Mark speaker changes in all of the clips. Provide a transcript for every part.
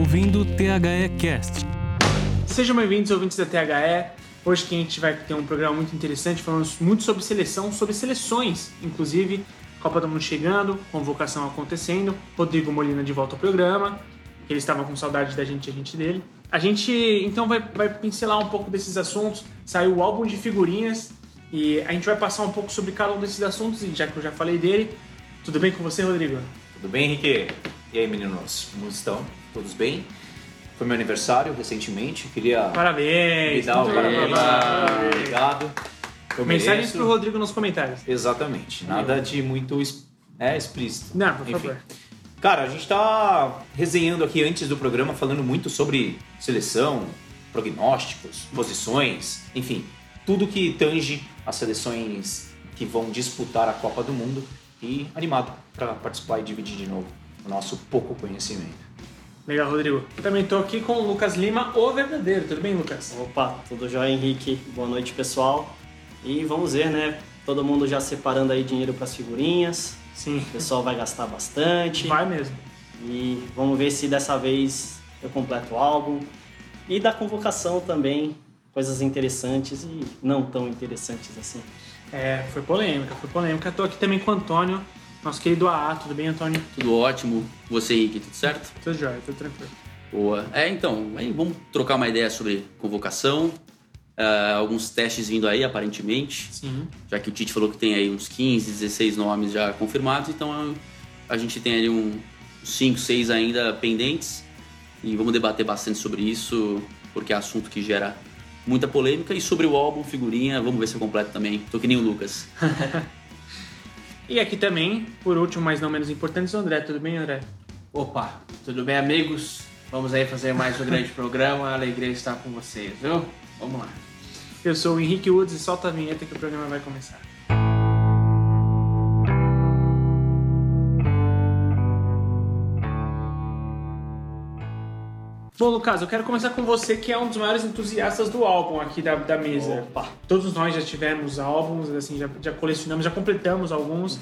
Speaker 1: ouvindo o THE Cast.
Speaker 2: Sejam bem-vindos, ouvintes da THE. Hoje que a gente vai ter um programa muito interessante, falando muito sobre seleção, sobre seleções, inclusive Copa do Mundo chegando, convocação acontecendo, Rodrigo Molina de volta ao programa, que eles estavam com saudade da gente e a gente dele. A gente então vai, vai pincelar um pouco desses assuntos, saiu o álbum de figurinhas e a gente vai passar um pouco sobre cada um desses assuntos, e já que eu já falei dele. Tudo bem com você, Rodrigo?
Speaker 3: Tudo bem, Henrique? E aí, meninos? Como estão? Todos bem? Foi meu aniversário recentemente, queria me
Speaker 2: Parabéns!
Speaker 3: dar um
Speaker 2: muito
Speaker 3: parabéns.
Speaker 2: parabéns.
Speaker 3: Obrigado. Eu
Speaker 2: Mensagens
Speaker 3: mereço.
Speaker 2: pro Rodrigo nos comentários.
Speaker 3: Exatamente, nada de muito es- né, explícito.
Speaker 2: Não, por
Speaker 3: Enfim.
Speaker 2: favor.
Speaker 3: Cara, a gente tá resenhando aqui antes do programa, falando muito sobre seleção, prognósticos, posições, enfim, tudo que tange as seleções que vão disputar a Copa do Mundo e animado para participar e dividir de novo o nosso pouco conhecimento.
Speaker 2: Legal, Rodrigo. Também tô aqui com o Lucas Lima, o verdadeiro. Tudo bem, Lucas?
Speaker 4: Opa, tudo jóia, Henrique? Boa noite, pessoal. E vamos ver, né? Todo mundo já separando aí dinheiro para as figurinhas.
Speaker 2: Sim.
Speaker 4: O pessoal vai gastar bastante.
Speaker 2: Vai mesmo.
Speaker 4: E vamos ver se dessa vez eu completo o álbum. E da convocação também, coisas interessantes e não tão interessantes assim.
Speaker 2: É, foi polêmica, foi polêmica. Tô aqui também com o Antônio, nosso querido AA. Tudo bem, Antônio?
Speaker 5: Tudo ótimo. Você, Henrique, tudo certo?
Speaker 2: Tudo jóia, tudo tranquilo.
Speaker 5: Boa. É, então, aí vamos trocar uma ideia sobre convocação. ah, alguns testes vindo aí, aparentemente.
Speaker 2: Sim.
Speaker 5: Já que o Tite falou que tem aí uns 15, 16 nomes já confirmados. Então a gente tem ali um- uns 5, 6 ainda pendentes. E vamos debater bastante sobre isso, porque é assunto que gera muita polêmica. E sobre o álbum, figurinha, vamos ver se eu completo também. Tô que nem o Lucas.
Speaker 2: E aqui também, por último, mas não menos importante, o André. Tudo bem, André?
Speaker 6: Opa, tudo bem, amigos? Vamos aí fazer mais um grande programa. Alegria estar com vocês, viu? Vamos lá.
Speaker 2: Eu sou o Henrique Woods e solta a vinheta que o programa vai começar. Bom, Lucas, eu quero começar com você, que é um dos maiores entusiastas do álbum aqui da, da mesa.
Speaker 4: Opa.
Speaker 2: Todos nós já tivemos álbuns, assim, já, já colecionamos, já completamos alguns.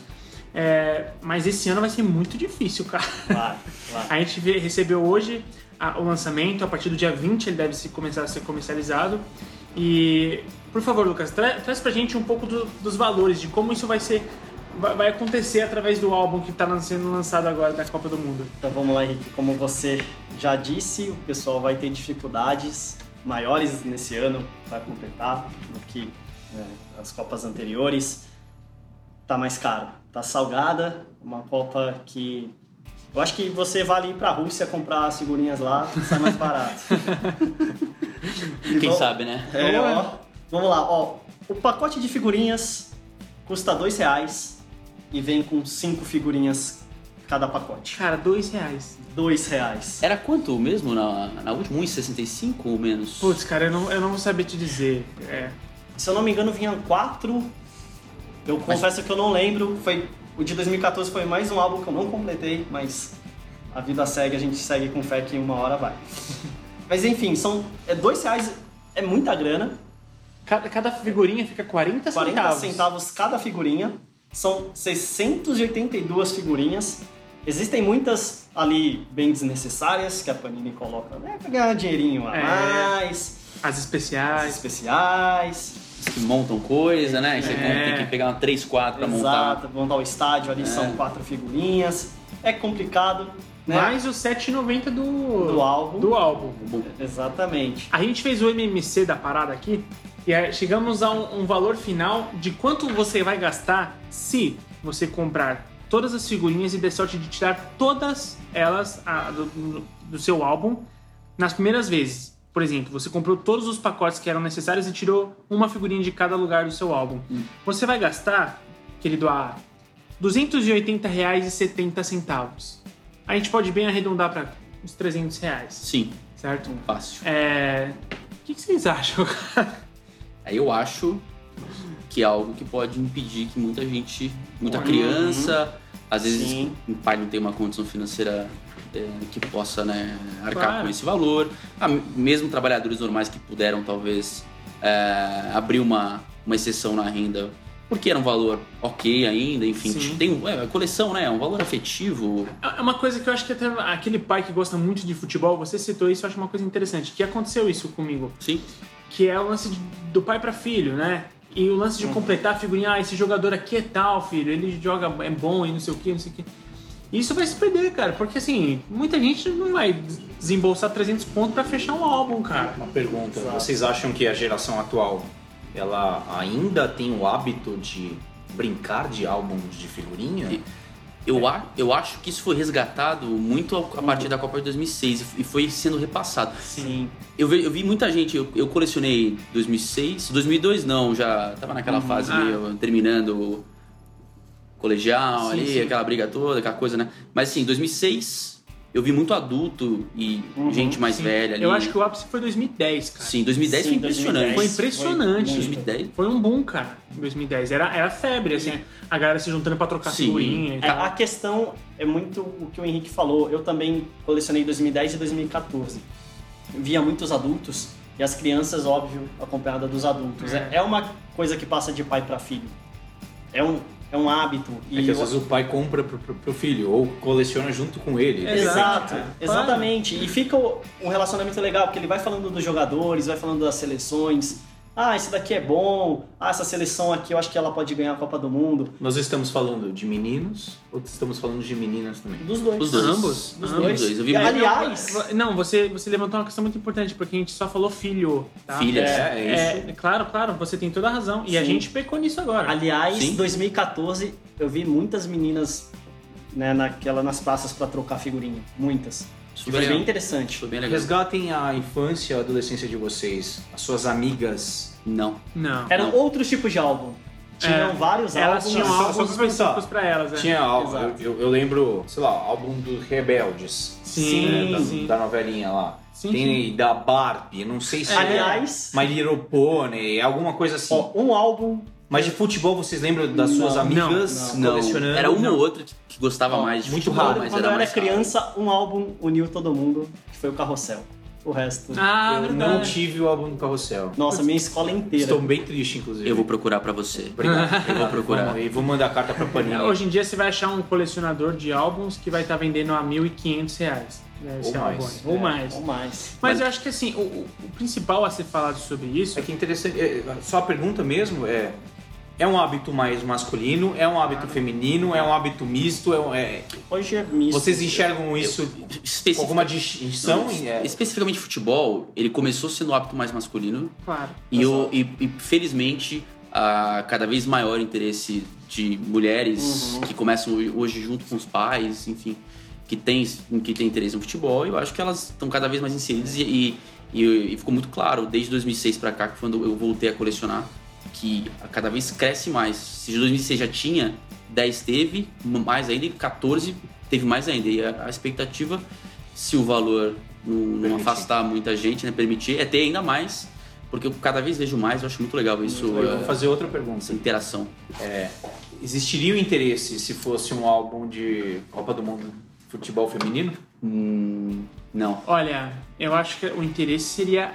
Speaker 2: É, mas esse ano vai ser muito difícil, cara.
Speaker 4: Vai, vai.
Speaker 2: A gente vê- recebeu hoje a- o lançamento, a partir do dia 20 ele deve se começar a ser comercializado. E, por favor, Lucas, tra traz pra gente um pouco do- dos valores, de como isso vai ser. Vai vai acontecer através do álbum que está sendo lançado agora da Copa do Mundo.
Speaker 4: Então vamos lá, Henrique. Como você já disse, o pessoal vai ter dificuldades maiores nesse ano para completar do que né, as Copas anteriores. Tá mais caro, tá salgada. Uma Copa que. Eu acho que você vale ir para a Rússia comprar as figurinhas lá, sai mais barato. E
Speaker 5: Quem
Speaker 4: vamos-
Speaker 5: sabe, né?
Speaker 4: é, ó. Vamos lá, ó. O pacote de figurinhas custa dois reais e vem com cinco figurinhas cada pacote.
Speaker 2: Cara, dois reais.
Speaker 4: Dois reais.
Speaker 5: Era quanto mesmo na, na última? 1,65 ou menos?
Speaker 2: Putz, cara, eu não, eu não vou saber te dizer. É,
Speaker 4: Se eu não me engano, vinham quatro. Eu confesso que eu não lembro. Foi o de 2014 foi mais um álbum que eu não completei, mas a vida segue, a gente segue com fé que uma hora vai. mas enfim, são é dois reais, é muita grana.
Speaker 2: cada, cada figurinha fica 40 centavos.
Speaker 4: 40 centavos cada figurinha. São 682 figurinhas. Existem muitas ali bem desnecessárias que a Panini coloca, né? Pra ganhar dinheirinho a
Speaker 2: É.
Speaker 4: mais,
Speaker 2: As
Speaker 4: as
Speaker 2: especiais.
Speaker 4: especiais.
Speaker 5: Os que montam coisa, né? Você
Speaker 2: É.
Speaker 5: tem que pegar uma 3, 4 pra montar. É.
Speaker 4: Exato, montar o estádio ali são quatro figurinhas. É complicado, né?
Speaker 2: Mais o 7,90 do,
Speaker 4: Do álbum.
Speaker 2: do álbum.
Speaker 4: Exatamente.
Speaker 2: A gente fez o MMC da parada aqui e aí chegamos a um, um valor final de quanto você vai gastar se você comprar todas as figurinhas e der sorte de tirar todas elas ah, do, do- do seu álbum nas primeiras vezes. Por exemplo, você comprou todos os pacotes que eram necessários e tirou uma figurinha de cada lugar do seu álbum. Você vai gastar, querido A, R$ 280,70. A gente pode bem arredondar para uns 300 reais,
Speaker 5: Sim,
Speaker 2: certo?
Speaker 5: fácil.
Speaker 2: É. O que, que vocês acham?
Speaker 5: Aí eu acho que é algo que pode impedir que muita gente,
Speaker 2: Uhum.
Speaker 5: muita criança, às vezes
Speaker 4: Sim.
Speaker 5: o um pai não tem uma condição financeira é, que possa né, arcar
Speaker 2: Claro.
Speaker 5: com esse valor. Ah, mesmo eh, trabalhadores normais que puderam talvez é, abrir uma, uma exceção na renda porque era um valor ok ainda, enfim,
Speaker 2: Sim.
Speaker 5: tem um- é, a coleção, né? É um valor afetivo.
Speaker 2: É uma coisa que eu acho que até aquele pai que gosta muito de futebol, você citou isso, eu acho uma coisa interessante, que aconteceu isso comigo,
Speaker 5: Sim.
Speaker 2: que é o lance de- do pai pra filho, né? E o lance
Speaker 5: Uhum.
Speaker 2: de completar a figurinha, ah, esse jogador aqui é tal, filho, ele joga, é bom e não sei o que, não sei o que. Isso vai se perder, cara, porque assim, muita gente não vai des- desembolsar 300 pontos pra fechar um álbum, cara.
Speaker 3: Uma pergunta.
Speaker 4: Exato.
Speaker 3: Vocês acham que a geração atual ela ainda tem o hábito de brincar de álbuns de figurinha?
Speaker 5: E- Eu, a- eu acho que isso foi resgatado muito a, a partir da Copa de 2006 e f- e foi sendo repassado.
Speaker 4: Sim.
Speaker 5: Eu vi, eu vi muita gente, eu, eu colecionei 2006, 2002 não, já tava naquela fase
Speaker 2: Ah.
Speaker 5: meio terminando o colegial
Speaker 2: Sim,
Speaker 5: ali,
Speaker 2: sim.
Speaker 5: aquela briga toda, aquela coisa, né? Mas assim, 2006 eu vi muito adulto e
Speaker 4: Uhum,
Speaker 5: gente mais
Speaker 2: Sim.
Speaker 5: velha ali.
Speaker 2: Eu acho que o ápice foi 2010, cara.
Speaker 5: Sim, 2010
Speaker 4: Sim,
Speaker 5: foi
Speaker 4: 2010
Speaker 5: impressionante.
Speaker 2: Foi impressionante.
Speaker 4: foi muito.
Speaker 5: 2010.
Speaker 2: Foi um boom, cara, em 2010. Era, era febre, assim, a galera se juntando pra trocar
Speaker 5: É. Sim.
Speaker 2: figurinha e
Speaker 4: É,
Speaker 2: tal.
Speaker 4: a questão é muito o que o Henrique falou. Eu também colecionei 2010 e 2014. Via muitos adultos e as crianças, óbvio, acompanhada dos adultos. É, é uma coisa que passa de pai para filho. É um, é um hábito.
Speaker 3: É que às
Speaker 4: eu-
Speaker 3: vezes o pai compra pro, pro- pro filho ou coleciona junto com ele.
Speaker 4: Exato,
Speaker 2: Exato.
Speaker 4: exatamente. E fica o- um relacionamento legal, porque ele vai falando dos jogadores, vai falando das seleções. Ah, esse daqui é bom. Ah, essa seleção aqui eu acho que ela pode ganhar a Copa do Mundo.
Speaker 3: Nós estamos falando de meninos ou estamos falando de meninas também?
Speaker 4: Dos dois.
Speaker 5: Os dois.
Speaker 2: Ambos?
Speaker 4: Dos
Speaker 2: Ambos.
Speaker 4: dois.
Speaker 5: Eu vi
Speaker 4: E,
Speaker 5: muito-
Speaker 4: aliás,
Speaker 2: Não, Não, você, você levantou uma questão muito importante, porque a gente só falou filho. Tá?
Speaker 5: Filha.
Speaker 3: É, é isso.
Speaker 2: É, claro, claro, você tem toda a razão. E a
Speaker 4: Sim.
Speaker 2: gente pecou nisso agora.
Speaker 4: Aliás,
Speaker 5: Sim.
Speaker 4: 2014 eu vi muitas meninas né, naquela, nas praças pra trocar figurinha. Muitas.
Speaker 5: Isso
Speaker 4: Foi
Speaker 5: foi
Speaker 4: bem
Speaker 5: legal.
Speaker 4: interessante.
Speaker 5: Foi bem legal.
Speaker 3: Resgatem a infância e a adolescência de vocês, as suas amigas.
Speaker 5: Não.
Speaker 2: Não.
Speaker 4: Eram outros tipos de álbum. Tinham
Speaker 2: É,
Speaker 4: vários
Speaker 2: Elas
Speaker 4: álbuns.
Speaker 2: tinham
Speaker 3: só- só
Speaker 2: álbuns
Speaker 3: pra pensar.
Speaker 2: específicos pra elas, né?
Speaker 3: Tinha álbum,
Speaker 2: Exato.
Speaker 3: eu, eu lembro, sei lá, álbum dos Rebeldes.
Speaker 2: Sim, é,
Speaker 3: né, da,
Speaker 2: sim.
Speaker 3: da novelinha lá.
Speaker 2: Sim,
Speaker 3: Tem da Barbie, não sei se é
Speaker 4: Aliás,
Speaker 3: My Little Pony, alguma coisa assim.
Speaker 4: ó, um álbum
Speaker 3: Mas de futebol vocês lembram das
Speaker 4: Não,
Speaker 3: suas
Speaker 4: não,
Speaker 3: amigas
Speaker 5: Não.
Speaker 3: colecionando?
Speaker 5: Era um uma ou outra que, que gostava mais de
Speaker 3: muito
Speaker 5: futebol,
Speaker 3: raro.
Speaker 5: mas
Speaker 4: Quando
Speaker 5: era
Speaker 4: eu era
Speaker 5: mais raro.
Speaker 4: criança, um álbum uniu todo mundo, que foi o Carrossel. O resto.
Speaker 2: Ah,
Speaker 3: Eu
Speaker 2: verdade.
Speaker 3: não tive o álbum do Carrossel.
Speaker 4: Nossa, minha escola inteira.
Speaker 3: Estou bem triste, inclusive.
Speaker 5: Eu vou procurar pra você.
Speaker 3: Obrigado. Eu vou
Speaker 5: procurar.
Speaker 3: E vou mandar carta pra Panini.
Speaker 2: É, Hoje em dia você vai achar um colecionador de álbuns que vai estar vendendo a R$ 1.500 reais. né, esse
Speaker 3: Ou
Speaker 2: álbum
Speaker 3: mais.
Speaker 2: aí. Ou
Speaker 3: É.
Speaker 2: mais.
Speaker 4: Ou mais.
Speaker 2: Mas eu acho que assim, o, o- o principal a ser falado sobre isso
Speaker 3: É que interessante. é, Só a pergunta mesmo é. É um hábito mais masculino? É um hábito feminino? É um hábito misto? É um- é-
Speaker 4: Hoje é misto.
Speaker 3: Vocês enxergam isso com
Speaker 5: Especific-
Speaker 3: alguma distinção? É,
Speaker 5: Especificamente futebol, ele começou sendo o hábito mais masculino
Speaker 2: claro.
Speaker 5: e, o- e- e, felizmente a cada vez maior interesse de mulheres
Speaker 3: Uhum.
Speaker 5: que começam hoje- hoje junto com os pais, enfim, que tem, que tem interesse no futebol, eu acho que elas estão cada vez mais inseridas e, e- e- e ficou muito claro desde 2006 pra cá, que foi quando eu voltei a colecionar, que a cada vez cresce mais. Se de 2006 já tinha, 10 teve, mais ainda, e 14 teve mais ainda. E a, a expectativa, se o valor não, não
Speaker 3: Permitir.
Speaker 5: afastar muita gente, né, permitir, é ter ainda mais, porque eu cada vez vejo mais, eu acho muito legal isso,
Speaker 3: Eu
Speaker 5: eh,
Speaker 3: vou fazer outra pergunta.
Speaker 5: essa interação.
Speaker 3: Existiria o interesse se fosse um álbum de Copa do Mundo de futebol feminino?
Speaker 5: Hum, não.
Speaker 2: Olha, eu acho que o interesse seria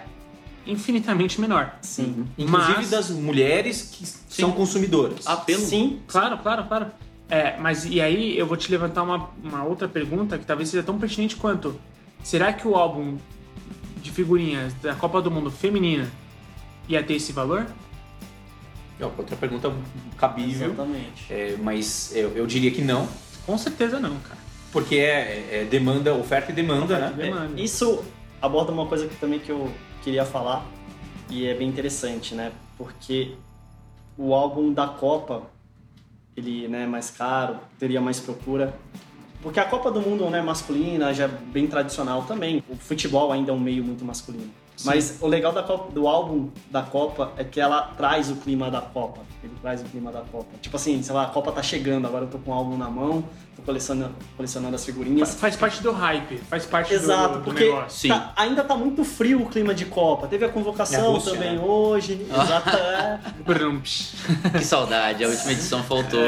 Speaker 2: infinitamente menor.
Speaker 4: Sim.
Speaker 3: Inclusive
Speaker 2: Mas-
Speaker 3: das mulheres que são consumidoras.
Speaker 4: Ah.
Speaker 5: Apelo.
Speaker 4: Sim.
Speaker 2: Claro, claro, claro. É, mas e aí eu vou te levantar uma, uma outra pergunta que talvez seja tão pertinente quanto: será que o álbum de figurinhas da Copa do Mundo feminina ia ter esse valor?
Speaker 3: É uma outra pergunta cabível,
Speaker 4: Exatamente.
Speaker 3: é, mas eu, eu diria que não,
Speaker 2: Com certeza não, cara.
Speaker 3: porque é, é demanda, oferta e demanda, né?
Speaker 2: Demanda.
Speaker 4: É, isso aborda uma coisa que também que eu queria falar e é bem interessante, né? Porque o álbum da Copa, ele né, é mais caro, teria mais procura. Porque a Copa do Mundo né, masculina já é bem tradicional também. O futebol ainda é um meio muito masculino. Mas o legal da Copa- do álbum da Copa é que ela traz o clima da Copa. Ele traz o clima da Copa. Tipo assim, sei lá, a Copa tá chegando, agora eu tô com o álbum na mão, tô colecionando, colecionando as
Speaker 2: Fa-
Speaker 4: figurinhas.
Speaker 2: Faz parte do hype, faz parte do,
Speaker 4: Exato,
Speaker 2: do
Speaker 4: porque
Speaker 2: negócio.
Speaker 5: Sim.
Speaker 4: tá- ainda tá muito frio o clima de Copa. Teve a
Speaker 3: É a
Speaker 4: convocação
Speaker 3: Rússia,
Speaker 4: também
Speaker 3: né?
Speaker 4: hoje. Exato. é.
Speaker 2: Brum, psh.
Speaker 5: Que saudade, a última edição faltou.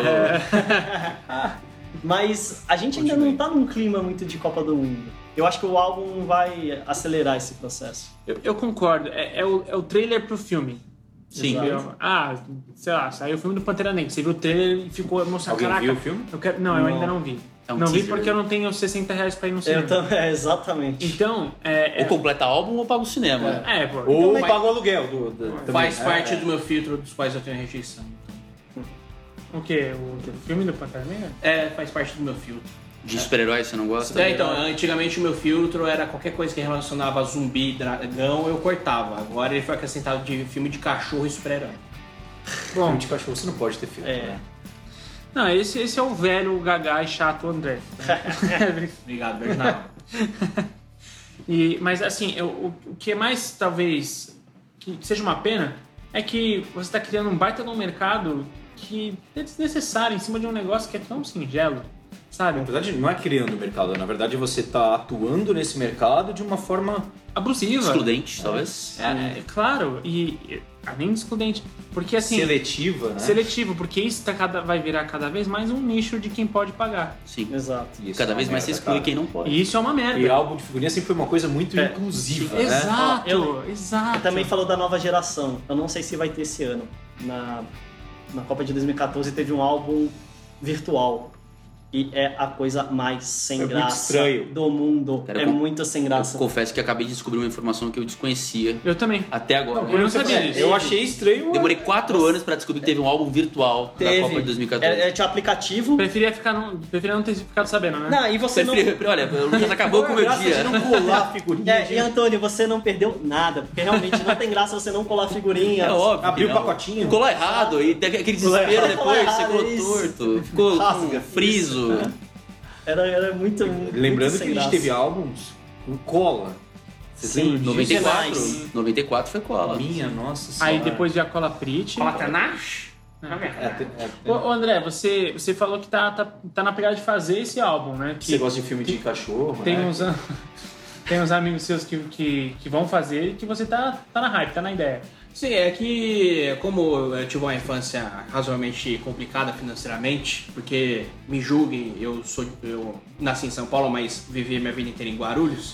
Speaker 4: Mas a gente ainda não tá num clima muito de Copa do Mundo. Eu acho que o álbum vai acelerar esse processo.
Speaker 2: Eu, eu concordo, é, é o, é o trailer pro filme.
Speaker 5: Sim.
Speaker 2: Viu? Ah, sei lá, saiu o filme do Pantera Negra. Você viu o trailer e ficou emocionado.
Speaker 3: Alguém
Speaker 2: Caraca,
Speaker 3: viu o filme?
Speaker 2: eu quero... Não, eu
Speaker 4: Não.
Speaker 2: ainda não vi.
Speaker 5: É um
Speaker 2: não vi
Speaker 5: teaser.
Speaker 2: porque eu não tenho 60 reais pra ir no cinema.
Speaker 4: Eu também, é, exatamente.
Speaker 2: Então, é...
Speaker 5: Ou completa álbum ou paga o cinema.
Speaker 2: É, é, pô.
Speaker 3: Ou
Speaker 6: Então,
Speaker 3: paga o aluguel do. do- também.
Speaker 6: Faz
Speaker 3: É,
Speaker 6: parte
Speaker 3: é.
Speaker 6: do meu filtro dos quais eu tenho rejeição.
Speaker 2: O quê? O filme do Pantera Negra?
Speaker 6: É, faz parte do meu filtro.
Speaker 5: De super-herói você não gosta?
Speaker 6: É, então, antigamente o meu filtro era qualquer coisa que relacionava a zumbi, dragão, eu cortava. Agora ele foi acrescentado de filme de cachorro e super-herói.
Speaker 2: Bom,
Speaker 3: Filme de cachorro, você não pode ter filme.
Speaker 4: É.
Speaker 2: não, esse, esse é o velho gaga e chato André.
Speaker 6: Obrigado, Bernardo.
Speaker 2: E, mas assim, eu- o, o que é mais talvez que seja uma pena é que você está criando um baita no mercado que é desnecessário em cima de um negócio que é tão singelo, sabe?
Speaker 3: Na verdade, não é criando o mercado, na verdade você está atuando nesse mercado de uma forma.
Speaker 2: Abusiva.
Speaker 5: Excludente, talvez.
Speaker 2: É, é claro, e e, além de excludente, porque assim,
Speaker 3: é seletiva, né?
Speaker 2: seletivo, porque isso tá cada, vai virar cada vez mais um nicho de quem pode pagar.
Speaker 5: Sim.
Speaker 4: Exato.
Speaker 3: Isso é
Speaker 5: Cada
Speaker 3: uma
Speaker 5: vez mais você
Speaker 3: merda,
Speaker 5: exclui
Speaker 3: cara.
Speaker 5: quem não pode.
Speaker 2: E isso é uma
Speaker 3: E
Speaker 2: merda.
Speaker 3: álbum de figurinha sempre foi uma coisa muito
Speaker 4: É.
Speaker 3: inclusiva, né?
Speaker 2: Exato,
Speaker 4: Eu-
Speaker 2: exato.
Speaker 4: Também falou da nova geração. Eu não sei se vai ter esse ano. Na, na Copa de 2014 teve um álbum virtual. E é a coisa mais sem
Speaker 3: Foi É muito
Speaker 4: graça
Speaker 3: estranho.
Speaker 4: do mundo.
Speaker 5: Cara,
Speaker 4: é
Speaker 5: eu con-
Speaker 4: muito sem graça.
Speaker 5: Eu confesso que acabei de descobrir uma informação que eu desconhecia
Speaker 2: Eu também.
Speaker 5: até agora.
Speaker 2: eu não sabia
Speaker 3: É,
Speaker 2: disso.
Speaker 3: Eu achei estranho. mas-
Speaker 5: Demorei quatro anos pra descobrir que teve um álbum virtual
Speaker 4: Teve.
Speaker 5: da Copa de 2014.
Speaker 4: É, é, tinha aplicativo.
Speaker 2: Preferia ficar não, preferia não ter ficado sabendo, né?
Speaker 4: Não, e você não.
Speaker 5: Preferi- Olha, o Lucas acabou com o meu
Speaker 3: Graças
Speaker 5: dia.
Speaker 3: a não colar a figurinha.
Speaker 4: É,
Speaker 3: gente.
Speaker 4: e Antônio, você não perdeu nada, porque realmente não tem graça você não colar figurinha.
Speaker 5: É óbvio. que
Speaker 3: Abriu o
Speaker 5: não.
Speaker 3: pacotinho.
Speaker 5: Colou errado, e tem aquele desespero
Speaker 4: errado.
Speaker 5: depois, você colou
Speaker 4: Isso.
Speaker 5: torto, ficou
Speaker 4: Rasga.
Speaker 5: com friso.
Speaker 4: Era, era muito. muito
Speaker 3: Lembrando que
Speaker 4: sem
Speaker 3: a gente
Speaker 4: graça.
Speaker 3: teve álbuns com cola. Vocês
Speaker 4: Sim,
Speaker 3: lembram disso?
Speaker 5: 94.
Speaker 4: Demais.
Speaker 5: 94 foi cola.
Speaker 3: Minha, nossa senhora.
Speaker 2: Aí depois já cola Prit.
Speaker 6: Platanash?
Speaker 3: É, te- é, é.
Speaker 2: Ô, ô, André, você, você falou que tá, tá, tá na pegada de fazer esse álbum, né? Que
Speaker 3: Você gosta de filme de cachorro,
Speaker 2: tem
Speaker 3: né?
Speaker 2: uns. an- Tem uns amigos seus que, que, que vão fazer e que você tá, tá na hype, tá na ideia.
Speaker 6: Sim, é que como eu tive uma infância razoavelmente complicada financeiramente, porque me julguem, eu sou eu nasci em São Paulo, mas vivi minha vida inteira em Guarulhos.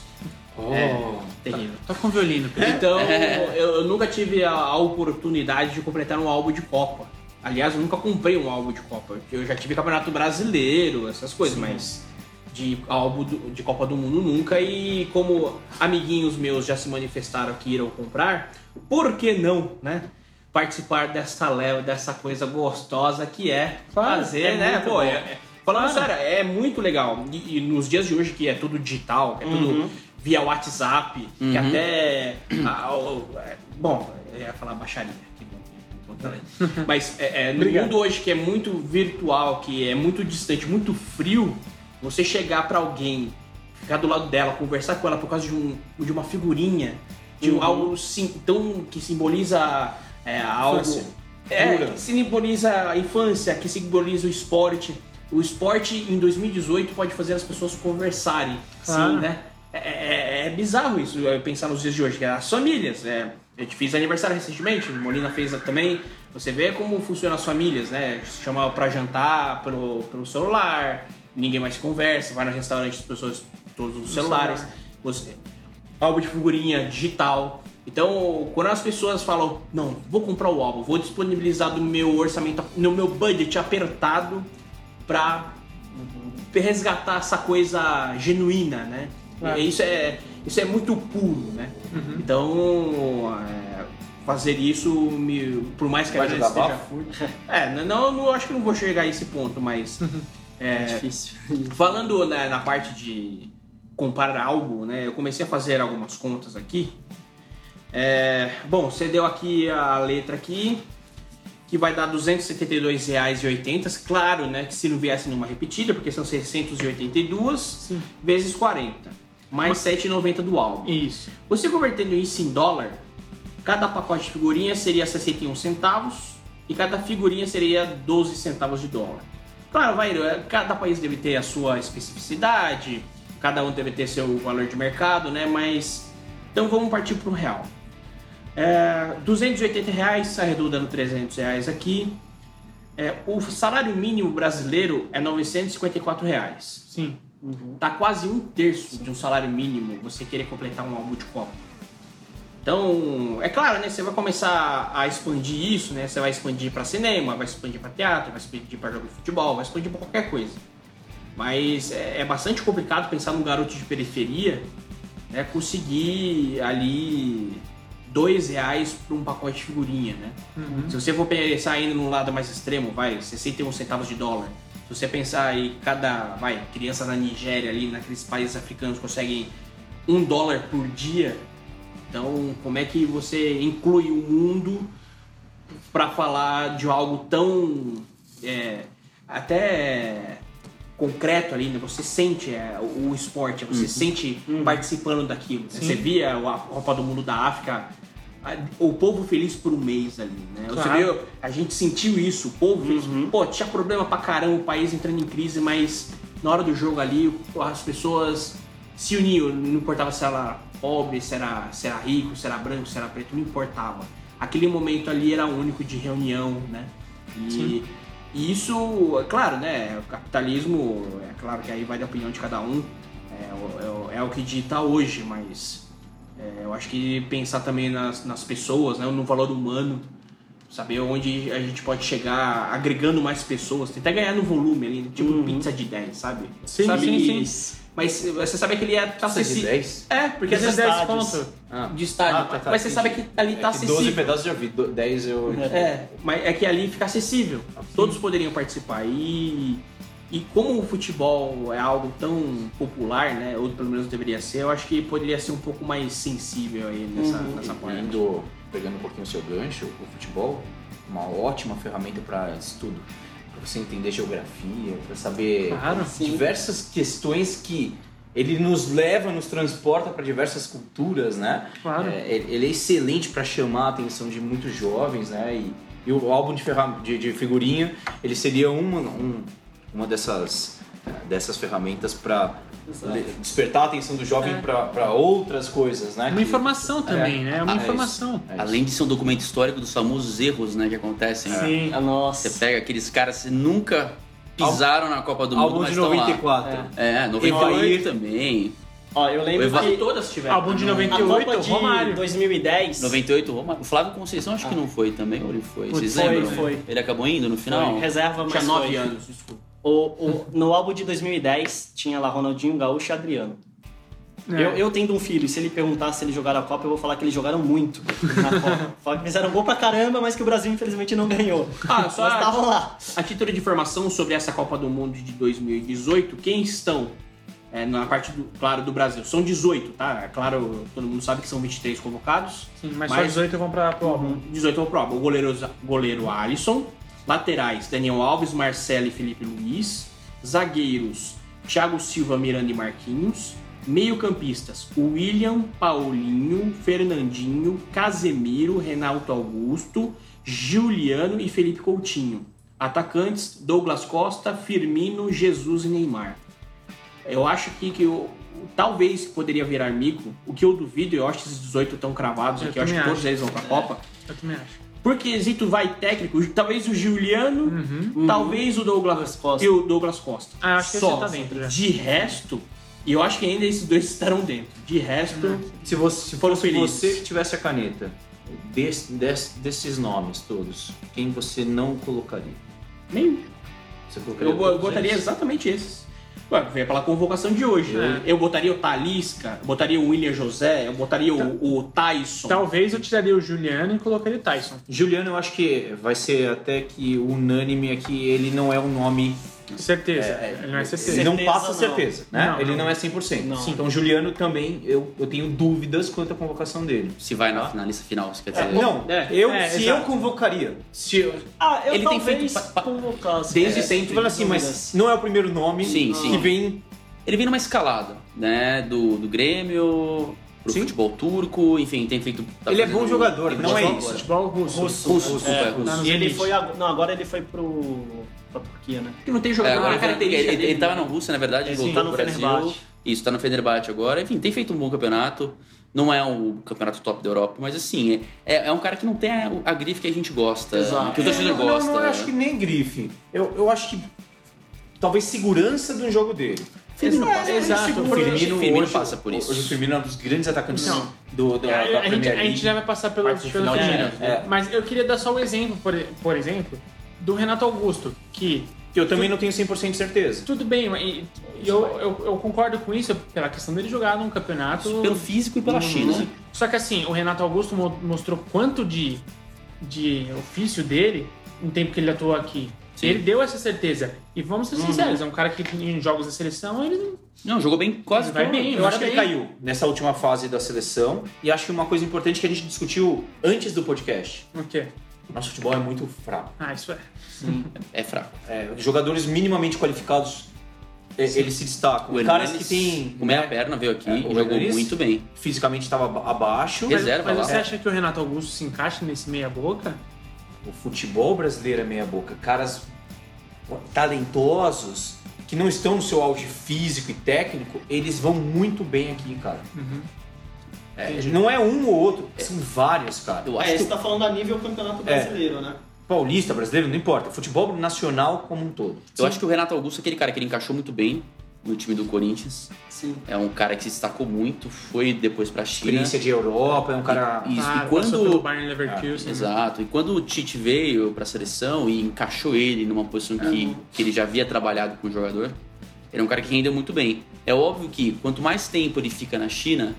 Speaker 3: Oh.
Speaker 6: Terrível.
Speaker 2: Toca um violino, É. Pri.
Speaker 6: Então, eu, eu nunca tive a, a oportunidade de completar um álbum de Copa. Aliás, eu nunca comprei um álbum de Copa. Eu já tive Campeonato Brasileiro, essas coisas, mas de álbum do- de Copa do Mundo nunca. E como amiguinhos meus já se manifestaram que irão comprar, por que não, né? Participar dessa leva, dessa coisa gostosa que é
Speaker 2: Claro,
Speaker 6: fazer,
Speaker 2: é
Speaker 6: né?
Speaker 2: muito
Speaker 6: Pô,
Speaker 2: bom.
Speaker 6: é- é- falando sério, é muito legal. E, e nos dias de hoje que é tudo digital, é
Speaker 2: Uhum.
Speaker 6: tudo via WhatsApp, que
Speaker 5: Uhum.
Speaker 6: até. ah, o- é, bom, eu ia falar baixaria. que é bom que eu tô falando. Mas é, é, no
Speaker 2: Obrigado.
Speaker 6: mundo hoje que é muito virtual, que é muito distante, muito frio, você chegar pra alguém, ficar do lado dela, conversar com ela por causa de, um, de uma figurinha, de um- algo sim, tão, que simboliza é, algo.
Speaker 3: Infância.
Speaker 6: É,
Speaker 3: Pura.
Speaker 6: que simboliza a infância, que simboliza o esporte. O esporte em 2018 pode fazer as pessoas conversarem,
Speaker 2: Claro.
Speaker 6: sim, né? É, é- é bizarro isso, é, pensar nos dias de hoje, que é as famílias, né? Eu te fiz aniversário recentemente, Molina fez também. Você vê como funcionam as famílias, né? Se chama pra jantar pelo, pelo celular, ninguém mais conversa, vai no restaurante, as pessoas, todos os celulares. Você, álbum de figurinha digital. Então, quando as pessoas falam, não, vou comprar o álbum, vou disponibilizar do meu orçamento, no meu budget apertado pra resgatar essa coisa genuína, né?
Speaker 2: Claro.
Speaker 6: E Isso, é, isso é muito puro, né? Então, é, fazer isso, me, por mais que
Speaker 3: Vai
Speaker 6: a gente
Speaker 3: jogar
Speaker 6: esteja...
Speaker 3: bafo?
Speaker 6: É, não, não, acho que não vou chegar a esse ponto, mas...
Speaker 4: É difícil.
Speaker 6: Falando na, na parte de comprar algo, né? Eu comecei a fazer algumas contas aqui. É, bom, você deu aqui a letra aqui, que vai dar R$ 272,80. Claro, né? Que se não viesse nenhuma repetida, porque são 682 vezes 40. Mais 7,90 do álbum.
Speaker 2: Isso.
Speaker 6: Você convertendo isso em dólar, cada pacote de figurinha seria 61 centavos e cada figurinha seria 12 centavos de dólar. Claro, vai, eh, cada país deve ter a sua especificidade, cada um deve ter seu valor de mercado, né? Mas então vamos partir para o real. É, 280 reais, arredondando 300 reais aqui. É, o salário mínimo brasileiro é 954 reais
Speaker 2: Sim.
Speaker 6: tá quase um terço de um salário mínimo você querer completar um álbum de Copa. Então, é claro, né? Você vai começar a expandir isso, né? Você vai expandir para cinema, vai expandir para teatro, vai expandir para jogo de futebol, vai expandir para qualquer coisa. Mas é, é bastante complicado pensar num garoto de periferia né, conseguir ali dois reais para um pacote de figurinha, né? Se você for pensar ainda num lado mais extremo, vai 61 centavos de dólar. Se você pensar em cada, vai, criança na Nigéria ali, naqueles países africanos conseguem um dólar por dia. Então, como é que você inclui o mundo para falar de algo tão é, até concreto ali, né? Você sente é, o, o esporte, você sente participando daquilo. né? Você via o- a Copa do Mundo da África, a- o povo feliz por um mês ali, né? Você
Speaker 2: Claro.
Speaker 6: viu, a gente sentiu isso, o povo feliz. Pô, tinha problema pra caramba, o país entrando em crise, mas na hora do jogo ali, as pessoas se uniam, não importava se era pobre, se era, se era rico, se era branco, se era preto, não importava. Aquele momento ali era único de reunião, né? E e isso, é claro, né? O capitalismo, é claro que aí vai da opinião de cada um, é, o- é o- é o que dita hoje, mas é, eu acho que pensar também nas, nas pessoas, né? no valor humano, saber onde a gente pode chegar agregando mais pessoas, tentar ganhar no volume ali, tipo
Speaker 3: Uhum.
Speaker 6: pizza de 10, sabe?
Speaker 2: Sim,
Speaker 6: sabe?
Speaker 2: sim,
Speaker 6: Mas você sabe que ele é tá
Speaker 3: Passa de
Speaker 6: acessível.
Speaker 3: 10?
Speaker 6: É, porque às
Speaker 2: Porque
Speaker 6: vezes
Speaker 2: você 10
Speaker 4: estádios.
Speaker 2: pontos.
Speaker 3: Ah,
Speaker 6: de estádio,
Speaker 3: Ah, tá, tá,
Speaker 6: mas você sabe
Speaker 3: entendi.
Speaker 6: que ali tá
Speaker 3: é que
Speaker 6: acessível.
Speaker 3: 12 pedaços eu já vi, do- 10 eu.
Speaker 6: É, mas é que ali fica acessível. Todos poderiam participar. E, e como o futebol é algo tão popular, né? Ou pelo menos deveria ser, eu acho que poderia ser um pouco mais sensível aí nessa,
Speaker 5: Uhum.
Speaker 6: nessa parte.
Speaker 3: Indo, pegando um pouquinho o seu gancho, o futebol é uma ótima ferramenta para estudo, para você entender geografia, para saber
Speaker 2: Claro.
Speaker 3: diversas questões que ele nos leva, nos transporta para diversas culturas, né?
Speaker 2: Claro.
Speaker 3: É, ele ele é excelente para chamar a atenção de muitos jovens, né? E, e o álbum de, ferram- de- de figurinha, ele seria uma, um- uma dessas, dessas ferramentas para despertar a atenção do jovem para outras coisas, né?
Speaker 2: É. Uma
Speaker 3: Que-
Speaker 2: informação também, né? É uma
Speaker 3: Ah, é
Speaker 2: informação.
Speaker 3: É isso.
Speaker 5: Além de ser um documento histórico dos famosos erros né, que acontecem.
Speaker 3: É.
Speaker 2: Sim.
Speaker 4: Ah, nossa.
Speaker 5: Você pega aqueles caras que nunca pisaram na Copa do Mundo,
Speaker 3: Álbum
Speaker 5: mas
Speaker 3: de
Speaker 5: estão lá.
Speaker 3: 94.
Speaker 5: É, 98
Speaker 3: Havaí.
Speaker 5: também.
Speaker 4: Ó, eu lembro
Speaker 5: Eu
Speaker 6: Quase
Speaker 4: que
Speaker 6: todas tiveram.
Speaker 2: Álbum de
Speaker 4: a
Speaker 2: 98,
Speaker 4: Copa de
Speaker 2: Romário.
Speaker 4: 2010
Speaker 5: 98, Roma. O Flávio Conceição
Speaker 3: Ah.
Speaker 5: acho que não foi também, ou ele foi?
Speaker 4: Putz,
Speaker 5: Vocês
Speaker 4: foi,
Speaker 5: lembram? né?
Speaker 4: foi.
Speaker 5: Ele acabou indo no final?
Speaker 4: foi reserva, mas
Speaker 6: Tinha
Speaker 4: foi.
Speaker 6: 9 anos, desculpa.
Speaker 4: O- o- no álbum de 2010 tinha lá Ronaldinho, Gaúcho e Adriano.
Speaker 2: É.
Speaker 4: Eu, eu tendo um filho, se ele perguntar se eles jogaram a Copa, eu vou falar que eles jogaram muito na Copa. Falar que fizeram gol pra caramba, mas que o Brasil infelizmente não ganhou.
Speaker 6: Ah, só-
Speaker 4: Mas estavam lá.
Speaker 6: A título de informação sobre essa Copa do Mundo de 2018, quem estão é, na parte, do, claro, do Brasil? São 18, tá? É Claro, todo mundo sabe que são 23 convocados.
Speaker 2: Sim, mas, Uhum. só 18 vão pra pro álbum.
Speaker 6: 18 é o prova. O goleiro, goleiro Alisson. Laterais, Daniel Alves, Marcelo e Felipe Luiz. Zagueiros, Thiago Silva, Miranda e Marquinhos. Meio-campistas, William, Paulinho, Fernandinho, Casemiro, Renato Augusto, Juliano e Felipe Coutinho. Atacantes, Douglas Costa, Firmino, Jesus e Neymar. Eu acho que, que eu, talvez poderia virar mico. O que eu duvido, eu acho que esses 18 estão cravados
Speaker 2: Eu
Speaker 6: aqui. Eu acho que
Speaker 2: também
Speaker 6: todos
Speaker 2: acho.
Speaker 6: eles vão pra Copa.
Speaker 2: Eu também acho.
Speaker 6: Por quesito vai técnico, talvez o Juliano,
Speaker 2: Uhum.
Speaker 6: talvez o Douglas Costa.
Speaker 4: Costa.
Speaker 6: E o Douglas Costa.
Speaker 2: Ah, acho que esse
Speaker 6: Só.
Speaker 2: tá dentro, já.
Speaker 6: De resto, e eu acho que ainda esses dois estarão dentro. De resto,
Speaker 2: Uhum.
Speaker 3: Se você se
Speaker 6: Foram
Speaker 3: fosse
Speaker 6: felizes.
Speaker 3: você que tivesse a caneta des- des- desses nomes todos, quem você não colocaria?
Speaker 6: nem
Speaker 3: Você colocaria
Speaker 6: eu, bo-
Speaker 3: todos
Speaker 6: botaria
Speaker 3: eles?
Speaker 6: exatamente esses. Ué, veio pela convocação de hoje.
Speaker 2: É.
Speaker 6: né? Eu botaria o Talisca, eu botaria o William José, eu botaria o, o Tyson.
Speaker 2: Talvez eu tiraria o Juliano e colocaria o Tyson.
Speaker 3: Juliano, eu acho que vai ser até que unânime aqui, ele não é um nome.
Speaker 2: Certeza. ele não é
Speaker 3: Ele
Speaker 2: certeza.
Speaker 3: não
Speaker 4: Certeza,
Speaker 3: passa
Speaker 4: não.
Speaker 3: certeza, né?
Speaker 2: Não,
Speaker 3: ele
Speaker 2: não.
Speaker 3: não, é 100%.
Speaker 4: Não.
Speaker 3: Sim. Então, Juliano também, eu, eu tenho dúvidas quanto à convocação dele.
Speaker 5: Se vai na finalista final, isso quer dizer.
Speaker 3: Ah. não,
Speaker 6: é,
Speaker 3: eu,
Speaker 2: é,
Speaker 3: se
Speaker 2: exato.
Speaker 3: eu convocaria, se eu,
Speaker 4: Ah, eu
Speaker 5: Ele tem
Speaker 4: talvez
Speaker 5: feito pa- pa-
Speaker 4: convocasse.
Speaker 3: desde
Speaker 4: É,
Speaker 3: sempre,
Speaker 4: sem
Speaker 3: falando assim, mas
Speaker 4: dúvidas.
Speaker 3: não é o primeiro nome
Speaker 5: Sim,
Speaker 3: que
Speaker 5: sim.
Speaker 3: vem
Speaker 5: Ele vem numa escalada, né? Do, do Grêmio, pro
Speaker 3: Sim.
Speaker 5: futebol turco, enfim, tem feito. tá
Speaker 3: Ele é
Speaker 5: fazendo-
Speaker 3: bom jogador,
Speaker 5: tem
Speaker 3: não é
Speaker 5: futebol
Speaker 3: isso.
Speaker 5: agora.
Speaker 2: Futebol russo.
Speaker 4: Russo.
Speaker 5: Russo, desculpa,
Speaker 4: É,
Speaker 5: é, russo.
Speaker 2: Tá no
Speaker 4: E ele
Speaker 2: limite.
Speaker 4: foi. ag- Não, agora ele foi pro. pra Turquia, né?
Speaker 6: que não tem
Speaker 5: É,
Speaker 6: jogador
Speaker 5: agora
Speaker 6: na
Speaker 5: ele-
Speaker 6: característica
Speaker 5: ele,
Speaker 6: dele.
Speaker 5: ele tava na Rússia, na verdade,
Speaker 4: Ele
Speaker 5: voltou
Speaker 4: tá
Speaker 5: pro
Speaker 4: no
Speaker 5: Brasil.
Speaker 4: Fenerbahçe.
Speaker 5: Isso, tá no Fenerbahçe agora. Enfim, tem feito um bom campeonato. Não é o campeonato top da Europa, mas assim, é, é- é um cara que não tem a, a grife que a gente gosta.
Speaker 4: Exato.
Speaker 5: Que o torcedor
Speaker 3: Eu É, não,
Speaker 5: gosta.
Speaker 3: Não, eu acho que nem grife. Eu, eu acho que talvez segurança do jogo dele.
Speaker 5: Firmino
Speaker 2: Exa-
Speaker 5: passa.
Speaker 2: Exato.
Speaker 5: O
Speaker 2: porque-
Speaker 5: Firmino,
Speaker 3: hoje-
Speaker 5: Firmino passa por isso.
Speaker 3: Hoje o Firmino é um dos grandes atacantes
Speaker 2: Não. É,
Speaker 3: do, do,
Speaker 2: a,
Speaker 3: da
Speaker 2: a gente,
Speaker 3: Premier
Speaker 2: a gente
Speaker 3: League.
Speaker 2: já vai passar pelo,
Speaker 3: Quartas de
Speaker 2: pelo
Speaker 3: final de
Speaker 2: final.
Speaker 3: Champions, né?
Speaker 2: Mas eu queria dar só o exemplo, por, por exemplo, do Renato Augusto, que
Speaker 3: Que eu também não tenho 100% de certeza.
Speaker 2: tudo bem, mas- e- e eu, eu, eu concordo com isso pela questão dele jogar num campeonato.
Speaker 5: Pelo físico e
Speaker 3: Uhum.
Speaker 5: pela China.
Speaker 2: Sim. Só que assim, o Renato Augusto mo- mostrou quanto de, de ofício dele no tempo que ele atuou aqui.
Speaker 5: Sim.
Speaker 2: Ele deu essa certeza. E vamos ser sinceros, é um cara que em jogos da seleção ele não
Speaker 5: Não, jogou bem quase
Speaker 2: vai
Speaker 5: todo.
Speaker 2: bem.
Speaker 3: Eu
Speaker 2: vai
Speaker 3: acho que ele
Speaker 2: bem.
Speaker 3: caiu nessa última fase da seleção. E acho que uma coisa importante que a gente discutiu antes do podcast.
Speaker 2: O quê?
Speaker 3: Nosso futebol é muito fraco.
Speaker 2: Ah, isso é.
Speaker 5: É fraco.
Speaker 3: É, jogadores minimamente qualificados, é, eles se destacam.
Speaker 5: O
Speaker 3: Caras
Speaker 5: Hernanes,
Speaker 3: que têm...
Speaker 5: O meia perna veio aqui
Speaker 3: É,
Speaker 5: e
Speaker 3: o
Speaker 5: jogou
Speaker 3: Hernanes-
Speaker 5: muito bem.
Speaker 3: Fisicamente estava abaixo.
Speaker 5: Mas- Reserva
Speaker 2: Mas
Speaker 5: lá.
Speaker 2: você acha que o Renato Augusto se encaixa nesse meia-boca?
Speaker 3: O futebol brasileiro é meia boca. Caras talentosos que não estão no seu auge físico e técnico, eles vão muito bem aqui, cara.
Speaker 6: Uhum.
Speaker 3: É, não é um ou outro, são vários, cara.
Speaker 5: Eu acho
Speaker 4: É,
Speaker 5: que É.
Speaker 4: você tá falando a nível campeonato brasileiro, né?
Speaker 3: Paulista, brasileiro, não importa. Futebol nacional como um todo.
Speaker 5: Eu acho que o Renato Augusto é aquele cara que ele encaixou muito bem no time do Corinthians.
Speaker 4: Sim.
Speaker 5: É um cara que se destacou muito, foi depois pra China.
Speaker 3: Experiência de Europa, é um cara...
Speaker 5: Isso,
Speaker 2: Ah,
Speaker 5: e
Speaker 2: passou pelo
Speaker 5: quando.
Speaker 2: Bayern Leverkusen. né?
Speaker 5: Exato. E quando o Tite veio pra seleção e encaixou ele numa posição que, que ele já havia trabalhado com o jogador, ele é um cara que rendeu muito bem. É óbvio que quanto mais tempo ele fica na China,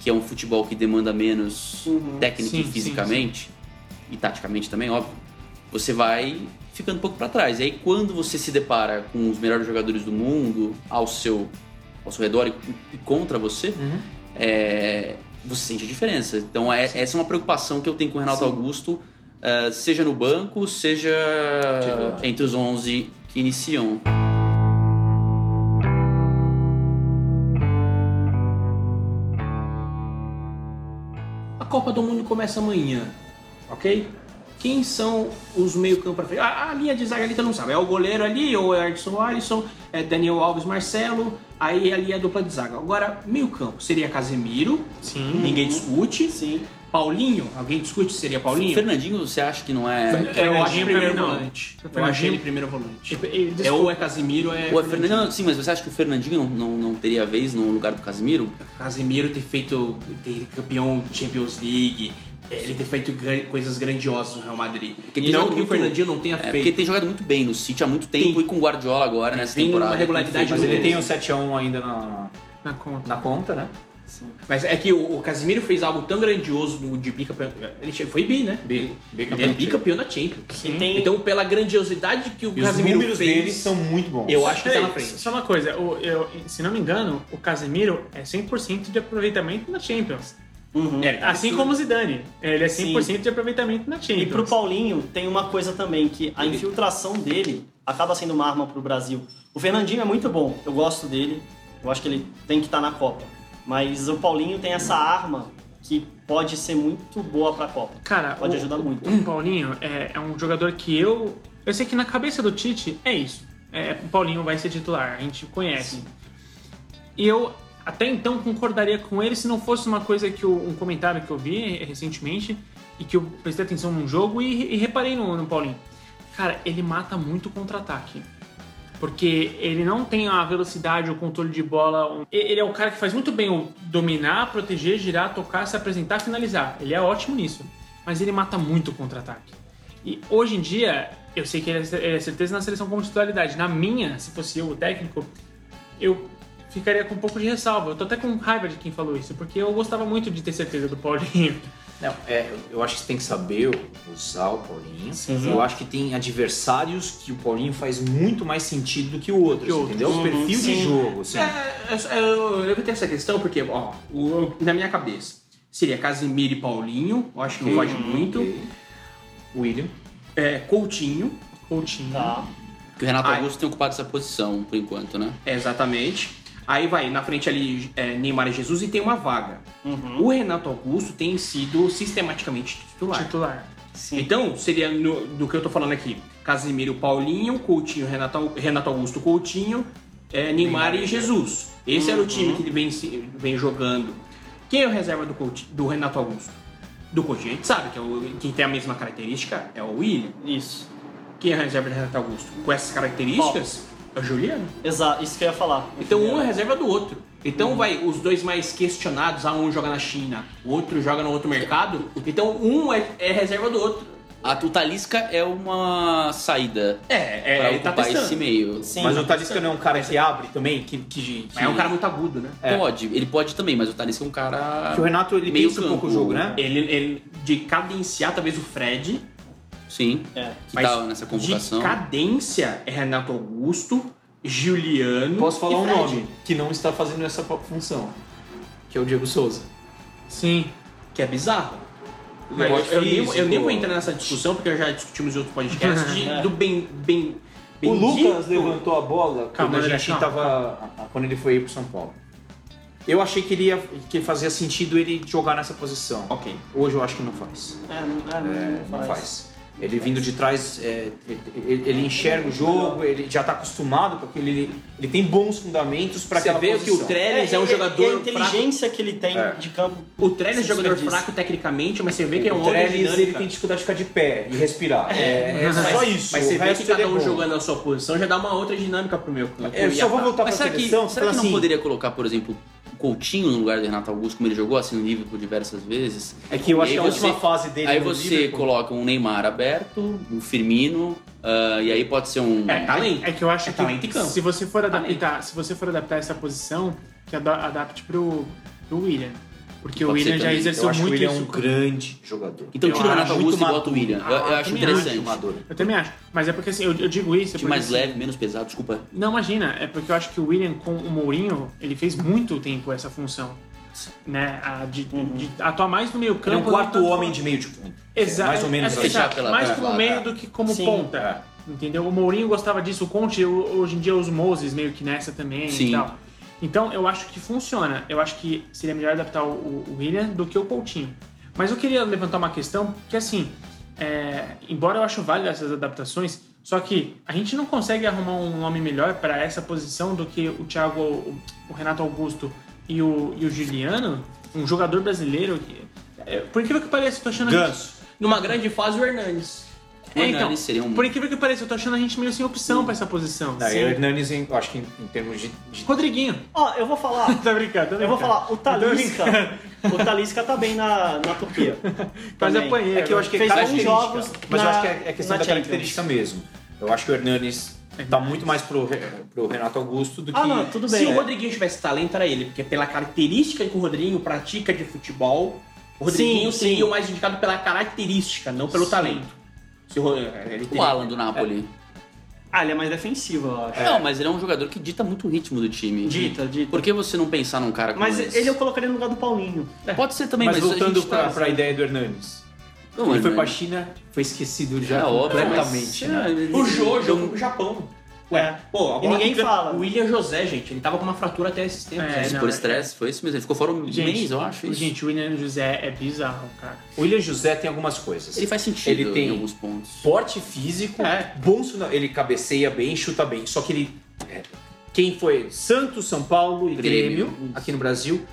Speaker 5: que é um futebol que demanda menos
Speaker 4: Uhum.
Speaker 5: técnica
Speaker 2: Sim,
Speaker 5: e
Speaker 2: sim,
Speaker 5: fisicamente, e taticamente também, óbvio, você vai ficando um pouco pra trás. E aí quando você se depara com os melhores jogadores do mundo ao seu, ao seu redor e, e contra você,
Speaker 3: Uhum.
Speaker 5: é, você sente a diferença. Então é- essa é uma preocupação que eu tenho com o Renato Augusto, eh, seja no banco, seja
Speaker 3: Sim.
Speaker 5: entre os 11 que iniciam.
Speaker 6: A Copa do Mundo começa amanhã, ok? Quem são os meio-campo pra frente? A, a linha de zaga ali tu não sabe. É o goleiro ali, ou é Edson Alisson, é Daniel Alves Marcelo, aí ali é a dupla de zaga. Agora, meio-campo seria Casemiro,
Speaker 2: Sim.
Speaker 6: ninguém discute.
Speaker 4: Sim.
Speaker 6: Paulinho, alguém discute se seria Paulinho?
Speaker 5: Fernandinho, você acha que não é.
Speaker 6: Eu acho
Speaker 2: Fernandinho pra
Speaker 6: primeiro
Speaker 2: mim não.
Speaker 6: volante. Eu
Speaker 2: Fernandinho-
Speaker 6: acho ele primeiro
Speaker 2: E-
Speaker 6: volante.
Speaker 2: e-
Speaker 6: É, ou
Speaker 2: desculpa,
Speaker 6: é Casemiro, ou é.
Speaker 5: Ou é Fernandinho? Não, sim, mas você acha que o Fernandinho não, não, não teria vez no lugar do Casimiro?
Speaker 6: Casemiro ter feito ter campeão de Champions League, É, ele ter feito gran- coisas grandiosas no Real Madrid.
Speaker 5: Porque ele
Speaker 6: não
Speaker 5: joga
Speaker 6: que o
Speaker 5: muito-
Speaker 6: Fernandinho não tenha
Speaker 5: É, porque ele
Speaker 6: feito.
Speaker 5: tem jogado muito bem no City há muito tempo
Speaker 6: Tem.
Speaker 5: e com o Guardiola agora nessa
Speaker 6: Tem
Speaker 5: temporada.
Speaker 6: uma regularidade
Speaker 5: tem
Speaker 3: Mas
Speaker 5: feito-
Speaker 3: ele tem um 7x1 ainda na,
Speaker 2: na conta.
Speaker 3: na conta, né?
Speaker 6: Mas é que o, o Casemiro fez algo tão grandioso no, de bicampeão. Ele che- foi bi, né? Bi. Ele é bicampeão da Champions.
Speaker 4: E tem-
Speaker 6: Então, pela grandiosidade que o
Speaker 3: E os
Speaker 6: Casemiro
Speaker 3: números
Speaker 6: fez,
Speaker 3: dele são muito bons.
Speaker 6: eu acho que tá
Speaker 2: Ei,
Speaker 6: na frente.
Speaker 2: Só uma coisa, o- eu- se não me engano, o Casemiro é 100% de aproveitamento na Champions.
Speaker 6: Uhum.
Speaker 2: Assim como o Zidane, ele é 100% de aproveitamento na Champions.
Speaker 4: E pro Paulinho tem uma coisa também, que a infiltração dele acaba sendo uma arma pro Brasil. O Fernandinho é muito bom, eu gosto dele, eu acho que ele tem que estar na Copa. Mas o Paulinho tem essa arma que pode ser muito boa pra Copa.
Speaker 2: Cara,
Speaker 4: Pode
Speaker 2: o-
Speaker 4: ajudar muito.
Speaker 6: um.
Speaker 2: O Paulinho é, é um jogador que eu. Eu sei que na cabeça do Tite é isso. É, o Paulinho vai ser titular, a gente conhece. E eu até então concordaria com ele se não fosse uma coisa que eu- um comentário que eu vi recentemente e que eu prestei atenção num jogo e, e reparei no, no Paulinho. Cara, ele mata muito contra-ataque. Porque ele não tem a velocidade, o controle de bola. E- Ele é um cara que faz muito bem o dominar, proteger, girar, tocar, se apresentar, finalizar. Ele é ótimo nisso. Mas ele mata muito o contra-ataque. E hoje em dia, eu sei que ele é ele é certeza na seleção como titularidade. Na minha, se fosse eu o técnico, eu ficaria com um pouco de ressalva. Eu tô até com raiva de quem falou isso, porque eu gostava muito de ter certeza do Paulinho.
Speaker 3: Não, é, eu acho que você tem que saber usar o Paulinho. Eu acho que tem adversários que o Paulinho faz muito mais sentido do que o outro, assim, Uhum,
Speaker 2: Que outros.
Speaker 3: entendeu? O perfil de jogo, assim.
Speaker 6: É, eu, eu levantei essa questão porque, ó, o- na minha cabeça, seria Casemiro e Paulinho, eu acho que não foge muito.
Speaker 3: William.
Speaker 6: É, Coutinho,
Speaker 2: Coutinho.
Speaker 4: Tá?
Speaker 5: Porque o Renato
Speaker 6: Ai.
Speaker 5: Augusto tem ocupado essa posição por enquanto, né?
Speaker 6: é, exatamente. Aí vai, na frente ali, é, Neymar e Jesus e tem uma vaga. O Renato Augusto tem sido sistematicamente titular.
Speaker 2: Titular.
Speaker 4: Sim.
Speaker 6: Então, seria no- do que eu tô falando aqui: Casimiro Paulinho, Coutinho, Renato, Au- Renato Augusto Coutinho, é, Neymar e Jesus. Esse era o time que ele vem, se- vem jogando. Quem é o reserva do, Couti- do Renato Augusto? Do Coutinho, a gente sabe que é o- quem tem a mesma característica é o William.
Speaker 4: Isso.
Speaker 6: Quem é o reserva do Renato Augusto? Com essas características, É o Juliano.
Speaker 4: Exato, isso que eu ia falar.
Speaker 6: Então um é reserva do outro. Então vai os dois mais questionados, ah, um joga na China, o outro joga no outro mercado. Então um é, é reserva do outro.
Speaker 5: A Tutalisca é uma saída
Speaker 6: É,
Speaker 5: pra
Speaker 6: ele tá
Speaker 5: ocupar
Speaker 6: testando.
Speaker 5: esse meio.
Speaker 4: Sim.
Speaker 3: Mas o Talisca não é um cara que abre também, que, que,
Speaker 6: Mas é um cara muito agudo, né?
Speaker 5: Pode, ele pode também, mas o Talisca é um cara.
Speaker 3: que o Renato ele
Speaker 5: Meio
Speaker 3: pensa um pouco o
Speaker 5: campo.
Speaker 3: jogo, né?
Speaker 6: Ele, ele de cadenciar talvez o Fred,
Speaker 5: Sim,
Speaker 4: É.
Speaker 5: que
Speaker 6: Mas
Speaker 5: tá nessa convocação.
Speaker 6: de cadência é Renato Augusto, Juliano.
Speaker 3: Posso falar
Speaker 6: e
Speaker 3: um
Speaker 6: Fred.
Speaker 3: nome que não está fazendo essa função, que é o Diego Souza.
Speaker 2: Sim.
Speaker 6: Que é bizarro.
Speaker 3: Mas
Speaker 6: eu, eu nem,
Speaker 3: físico.
Speaker 6: eu nem vou entrar nessa discussão, porque já discutimos em outro podcast de- do bem. bem
Speaker 3: O Lucas
Speaker 6: bendito-
Speaker 3: levantou a bola
Speaker 2: Calma,
Speaker 3: quando a
Speaker 2: André,
Speaker 3: gente
Speaker 2: calma,
Speaker 3: tava. ah, Quando ele foi aí pro São Paulo. Eu achei que ele ia que fazia sentido ele jogar nessa posição.
Speaker 6: Ok.
Speaker 3: Hoje eu acho que não faz.
Speaker 4: É, não, é, não,
Speaker 3: É, não
Speaker 4: faz.
Speaker 3: faz. Ele vindo de trás, é, ele, ele enxerga o jogo, ele já tá acostumado com aquilo, ele, ele tem bons fundamentos pra
Speaker 6: Você
Speaker 3: aquela
Speaker 6: vê que
Speaker 3: posição.
Speaker 6: o Trellis é,
Speaker 4: e-
Speaker 6: um
Speaker 4: e a
Speaker 6: jogador fraco.
Speaker 4: inteligência que ele tem
Speaker 3: É.
Speaker 4: de campo.
Speaker 6: O Trellis é um
Speaker 4: Isso
Speaker 6: jogador
Speaker 4: que eu disse.
Speaker 6: fraco tecnicamente, mas você vê que é
Speaker 3: o
Speaker 6: um outro
Speaker 3: Trellis ele
Speaker 6: dinâmica.
Speaker 3: tem dificuldade de ficar de pé e respirar. É, é
Speaker 6: Mas-
Speaker 3: só isso.
Speaker 6: Mas você
Speaker 3: O
Speaker 6: vê
Speaker 3: resto
Speaker 6: que
Speaker 3: ele
Speaker 6: cada
Speaker 3: é
Speaker 6: um
Speaker 3: bom. É,
Speaker 6: jogando a sua posição já dá uma outra dinâmica pro meu. pro
Speaker 3: Eu só vou
Speaker 6: ataque.
Speaker 3: voltar pra
Speaker 5: Mas será que,
Speaker 3: seleção.
Speaker 5: será
Speaker 3: fala
Speaker 5: que não
Speaker 3: assim,
Speaker 5: poderia colocar, por exemplo, o Coutinho no lugar do Renato Augusto, como ele jogou assim no Liverpool diversas vezes?
Speaker 3: É que eu acho
Speaker 5: E
Speaker 3: que a
Speaker 5: aí
Speaker 3: última
Speaker 5: você-
Speaker 3: fase dele
Speaker 5: Aí
Speaker 3: no
Speaker 5: você
Speaker 3: Liverpool-
Speaker 5: coloca um Neymar aberto, um Firmino, ah, e aí pode ser um.
Speaker 6: É, talento.
Speaker 2: É que eu acho
Speaker 6: É talento
Speaker 2: que
Speaker 6: em campo.
Speaker 2: se você for
Speaker 6: Talento.
Speaker 2: adaptar, tá, se você for adaptar essa posição, que ada- adapte pro, pro William. Porque o
Speaker 5: Pode ser
Speaker 2: William já
Speaker 5: também.
Speaker 3: Eu
Speaker 2: exerceu
Speaker 3: acho que o
Speaker 2: muito
Speaker 3: Willian é
Speaker 2: isso.
Speaker 3: um grande jogador.
Speaker 5: Então
Speaker 2: Eu
Speaker 5: tira o
Speaker 2: acho
Speaker 5: Renato Augusto e
Speaker 3: muito
Speaker 5: bota o William. Eu,
Speaker 2: maduro.
Speaker 5: eu
Speaker 2: Ah,
Speaker 5: acho
Speaker 2: também
Speaker 5: interessante.
Speaker 2: acho.
Speaker 5: Maduro.
Speaker 2: Eu também acho. Mas é porque assim, eu, eu digo isso. é
Speaker 5: Time
Speaker 2: porque,
Speaker 5: mais
Speaker 2: assim,
Speaker 5: leve, menos pesado, desculpa.
Speaker 2: Não, imagina, é porque eu acho que o William com o Mourinho, ele fez muito tempo essa função. Né? A de, de atuar mais no meio
Speaker 3: Uhum. Ele é
Speaker 2: campo.
Speaker 3: um quarto
Speaker 2: tanto-
Speaker 3: homem de meio de campo.
Speaker 2: Exato.
Speaker 3: Mais ou menos
Speaker 2: é,
Speaker 3: assim.
Speaker 5: fechar
Speaker 2: Exato.
Speaker 5: pela-
Speaker 2: mais
Speaker 5: pela-
Speaker 2: como
Speaker 5: pela-
Speaker 2: meio do que como
Speaker 4: Sim.
Speaker 2: ponta. Entendeu? O Mourinho gostava disso, o Conte eu- hoje em dia os Moses meio que nessa também
Speaker 5: Sim.
Speaker 2: e tal. Então eu acho que funciona. Eu acho que seria melhor adaptar o, o William do que o Coutinho. Mas eu queria levantar uma questão que assim, é, embora eu acho válido essas adaptações, só que a gente não consegue arrumar um nome melhor para essa posição do que o Thiago, o, o Renato Augusto e o, e o Juliano, um jogador brasileiro. que- é, por incrível que pareça, eu tô achando a gente-
Speaker 3: Ganso.
Speaker 6: Numa grande fase, o Hernandes.
Speaker 5: O
Speaker 2: é,
Speaker 5: Hernani
Speaker 2: então,
Speaker 5: seria um-
Speaker 2: por incrível que pareça, eu tô achando a gente meio sem opção pra essa posição.
Speaker 3: Não,
Speaker 2: Sim.
Speaker 3: e o Hernanes, em- eu acho que em, em termos de, de-
Speaker 2: Rodriguinho.
Speaker 4: Ó, eu vou falar.
Speaker 2: Tá brincando, tá brincando. assim,
Speaker 4: Eu vou falar, o Talisca. o Talisca tá bem na, na Turquia.
Speaker 2: Quase
Speaker 4: Também.
Speaker 2: apanhei.
Speaker 3: É que eu acho que é
Speaker 4: Fez bons
Speaker 3: característica.
Speaker 4: jogos
Speaker 3: Mas eu
Speaker 4: na-
Speaker 3: acho que é, é questão
Speaker 4: na
Speaker 3: da
Speaker 4: Champions.
Speaker 3: característica mesmo. Eu acho que o Hernanes tá muito mais pro, Re- pro Renato Augusto do que.
Speaker 4: Ah, não, tudo
Speaker 6: Se
Speaker 4: bem.
Speaker 6: o Rodriguinho tivesse talento, era ele, porque pela característica que o Rodriguinho pratica de futebol, o Rodriguinho
Speaker 4: Sim,
Speaker 6: seria
Speaker 4: sim.
Speaker 6: o mais indicado pela característica, não pelo talento. Se o, Ro-
Speaker 3: é,
Speaker 6: ele
Speaker 5: O
Speaker 6: teria-
Speaker 5: Alan do Napoli.
Speaker 4: Ah, ele é mais defensivo, eu acho.
Speaker 5: Não, mas ele é um jogador que dita muito o ritmo do time.
Speaker 4: Dita, dita.
Speaker 5: Por que você não pensar num cara como
Speaker 4: Mas
Speaker 5: esse? É,
Speaker 4: ele é eu colocaria no lugar do Paulinho.
Speaker 5: Pode ser também,
Speaker 3: mas,
Speaker 5: mas, a
Speaker 3: voltando
Speaker 5: gente
Speaker 3: pra,
Speaker 5: tá...
Speaker 3: pra ideia do Hernanes.
Speaker 5: Não,
Speaker 3: ele foi
Speaker 5: Hernani.
Speaker 3: pra China, foi esquecido já
Speaker 5: É óbvio,
Speaker 3: completamente.
Speaker 5: mas- é,
Speaker 3: né?
Speaker 6: O Jô jogou pro Japão. Ué, pô, a bola
Speaker 4: ninguém
Speaker 6: que-
Speaker 4: fala.
Speaker 6: O William José, gente, ele tava com uma fratura até esses tempos.
Speaker 2: É,
Speaker 6: né?
Speaker 5: Mas
Speaker 2: não,
Speaker 5: Por estresse, foi isso mesmo. Ele ficou fora um
Speaker 2: Gente,
Speaker 5: mês, eu acho. isso.
Speaker 2: Gente, o William José é bizarro, cara.
Speaker 3: O William José tem algumas coisas.
Speaker 5: ele faz sentido
Speaker 3: Ele tem
Speaker 5: em alguns pontos.
Speaker 3: porte físico,
Speaker 6: É.
Speaker 3: bons funda- ele cabeceia bem, chuta bem. Só que ele. é, Quem foi? Santos, São Paulo e
Speaker 5: Grêmio,
Speaker 3: Grêmio, aqui no Brasil.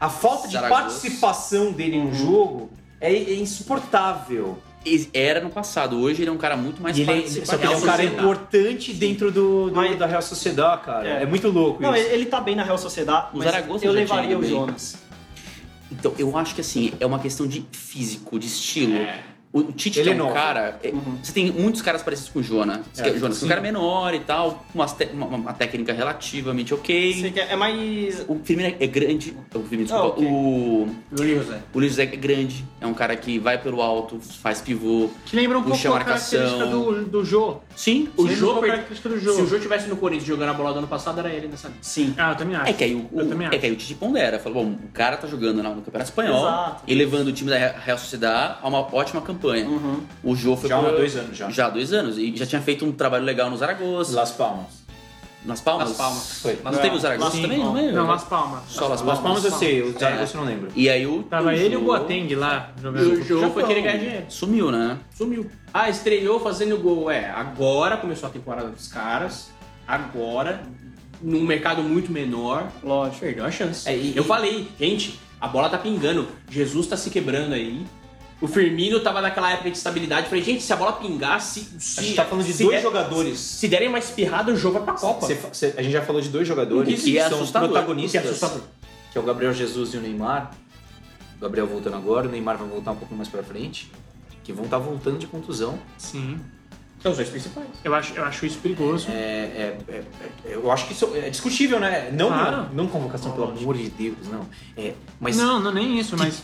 Speaker 3: A falta
Speaker 5: Zaragoza.
Speaker 3: de participação dele
Speaker 4: Uhum.
Speaker 3: no jogo é, é insuportável.
Speaker 5: Ele Era no passado, hoje ele é um cara muito mais
Speaker 3: E ele,
Speaker 5: participativo.
Speaker 3: só que ele é um cara
Speaker 6: Sociedade.
Speaker 3: importante dentro do, do-
Speaker 4: Mas-
Speaker 3: da Real Sociedade, cara. É,
Speaker 4: É.
Speaker 3: muito louco
Speaker 4: Não,
Speaker 3: isso.
Speaker 4: ele, ele tá bem na Real Sociedade,
Speaker 5: O
Speaker 4: mas
Speaker 5: Zaragoza
Speaker 4: eu
Speaker 5: já tinha
Speaker 4: levaria
Speaker 5: ido
Speaker 4: o
Speaker 5: bem.
Speaker 4: Jonas.
Speaker 5: Então, eu acho que assim, é uma questão de físico, de estilo. O o Tite
Speaker 3: Ele
Speaker 5: é
Speaker 3: é
Speaker 5: um
Speaker 3: novo.
Speaker 5: cara. é-
Speaker 4: Uhum.
Speaker 5: Você tem muitos caras parecidos com o Jonas.
Speaker 3: É,
Speaker 5: Que é- Jonas é um cara menor e tal, com umas te- uma, uma técnica relativamente ok.
Speaker 4: Você quer- É mais...
Speaker 5: O Firmino é é grande. O Firmino, desculpa.
Speaker 4: Ah, ok.
Speaker 5: O,
Speaker 6: O William José.
Speaker 5: o Luiz José é grande. É um cara que vai pelo alto, faz pivô.
Speaker 2: Que lembra um
Speaker 5: Puxa
Speaker 2: pouco
Speaker 5: a
Speaker 2: a característica
Speaker 5: marcação.
Speaker 2: do, do Jô.
Speaker 5: Sim,
Speaker 6: O
Speaker 2: Lembra um
Speaker 6: Jô
Speaker 2: pouco a
Speaker 6: per-
Speaker 2: característica do
Speaker 6: Se
Speaker 2: Jô.
Speaker 6: o Jô tivesse no Corinthians jogando a bola do ano passado, era ele nessa lista.
Speaker 4: Sim.
Speaker 2: Ah, eu também acho.
Speaker 5: É que aí o,
Speaker 2: Eu também
Speaker 5: o, é que aí o Tite pondera. Fala, bom, o cara tá jogando lá no Campeonato Espanhol
Speaker 4: Exato.
Speaker 5: e levando o time da Real Sociedade a uma ótima campanha.
Speaker 4: Uhum.
Speaker 5: O Jô foi
Speaker 3: Já há
Speaker 5: pro-
Speaker 3: dois anos já.
Speaker 5: Já há dois anos. E já tinha feito um trabalho legal no Zaragoza,
Speaker 3: Las Palmas.
Speaker 5: nas Palmas.
Speaker 6: Nas Palmas.
Speaker 3: Foi.
Speaker 5: Mas não teve o Zaragoza
Speaker 2: Sim.
Speaker 5: também, não é?
Speaker 2: Não, Las Palmas.
Speaker 5: Só Las
Speaker 3: Las
Speaker 5: Palmas. É.
Speaker 3: Palmas eu sei, o Zaragoza eu não lembro.
Speaker 5: E aí o.
Speaker 2: Tava ele e o
Speaker 5: Jô
Speaker 2: Boateng lá
Speaker 6: E o
Speaker 2: jogando.
Speaker 6: Jô foi
Speaker 2: Japão.
Speaker 6: querer ganhar dinheiro.
Speaker 5: Sumiu, né?
Speaker 6: Sumiu. Ah, estreou fazendo gol. É, agora começou a temporada dos caras. Agora, num mercado muito menor,
Speaker 4: Lógico.
Speaker 6: perdeu a chance.
Speaker 3: É, e-
Speaker 6: Eu
Speaker 3: e-
Speaker 6: falei, gente, a bola tá pingando. Jesus tá se quebrando aí. O Firmino tava naquela época de estabilidade. Falei, gente, se a bola pingar, se. se
Speaker 3: A gente tá falando de
Speaker 6: se
Speaker 3: dois
Speaker 6: der-
Speaker 3: jogadores.
Speaker 6: Se derem mais espirrada, o jogo vai pra Copa.
Speaker 3: Cê- cê- a gente já falou de dois jogadores
Speaker 5: O que é
Speaker 3: são
Speaker 5: assustador.
Speaker 3: protagonistas,
Speaker 6: O que é assustador.
Speaker 3: que é o Gabriel Jesus e o Neymar. O Gabriel voltando agora, o Neymar vai voltar um pouco mais pra frente, que vão estar voltando de contusão.
Speaker 2: Sim.
Speaker 6: São os dois principais.
Speaker 2: Eu acho, eu acho isso perigoso.
Speaker 3: É, é- é- é- eu acho que isso é discutível, né? Não,
Speaker 2: Claro.
Speaker 3: não convocação, pelo amor de Deus, não. É, mas
Speaker 2: não, não, nem isso, mas.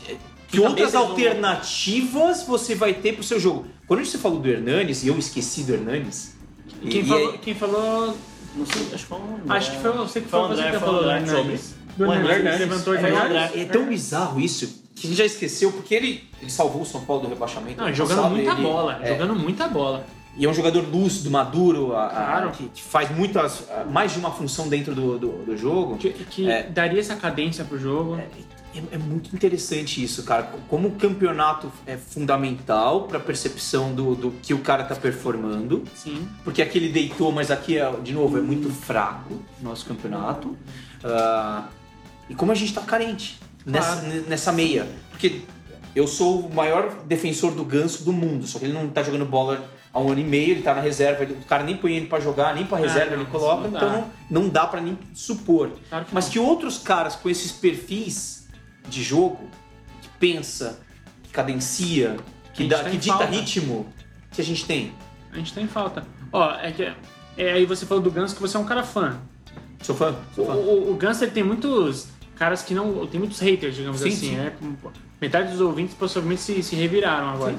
Speaker 3: que outras
Speaker 2: cabeças não- é
Speaker 3: alternativas você vai ter pro seu jogo? Quando você falou do Hernanes, e eu esqueci do Hernanes,
Speaker 2: E Quem
Speaker 3: e-
Speaker 2: falou, quem falou-
Speaker 4: Não sei, acho que foi um.
Speaker 2: acho que foi você que
Speaker 4: Foi o
Speaker 2: falou, você
Speaker 4: André,
Speaker 2: que
Speaker 4: foi o
Speaker 2: falou do
Speaker 4: André
Speaker 2: Hernandes. Do
Speaker 4: O
Speaker 2: Hernandes,
Speaker 4: Hernandes.
Speaker 2: levantou e
Speaker 4: Foi o
Speaker 2: falou,
Speaker 4: André.
Speaker 3: É, é tão bizarro isso que a gente já esqueceu, porque ele, ele salvou o São Paulo do rebaixamento.
Speaker 2: Não,
Speaker 3: ano
Speaker 2: jogando
Speaker 3: passado,
Speaker 2: muita
Speaker 3: ele-
Speaker 2: bola,
Speaker 3: é,
Speaker 2: jogando muita bola.
Speaker 3: E é um jogador lúcido, maduro, a- a-
Speaker 2: Claro.
Speaker 3: que, que faz muitas, a- mais de uma função dentro do, do, do jogo.
Speaker 2: Que, que
Speaker 3: É.
Speaker 2: daria essa cadência pro jogo.
Speaker 3: É, é muito interessante isso, cara. Como o campeonato é fundamental para a percepção do, do que o cara tá performando.
Speaker 2: Sim.
Speaker 3: Porque aqui ele deitou, mas aqui, é, de novo, é muito fraco o nosso campeonato. Ah, e como a gente tá carente nessa, n- nessa meia. Porque eu sou o maior defensor do Ganso do mundo, só que ele não tá jogando bola há um ano e meio, ele tá na reserva, ele- o cara nem põe ele pra jogar, nem pra reserva
Speaker 2: não,
Speaker 3: ele coloca,
Speaker 2: Ah, isso não dá.
Speaker 3: então não, não dá pra nem supor.
Speaker 2: Claro que
Speaker 3: Mas que outros caras com esses perfis de jogo, que pensa, que cadencia,
Speaker 2: A
Speaker 3: que,
Speaker 2: gente
Speaker 3: dá,
Speaker 2: tá
Speaker 3: que
Speaker 2: em
Speaker 3: dita
Speaker 2: falta.
Speaker 3: ritmo, que a gente tem?
Speaker 2: A gente tá em falta. Ó, é que. É, aí você falou do Ganso que você é um cara fã.
Speaker 3: Sou fã?
Speaker 2: O,
Speaker 3: Sou fã.
Speaker 2: o, o Ganso ele tem muitos caras que não. Tem muitos haters, digamos
Speaker 3: Sim,
Speaker 2: assim,
Speaker 3: sim.
Speaker 2: né? Metade dos ouvintes possivelmente se, se reviraram agora.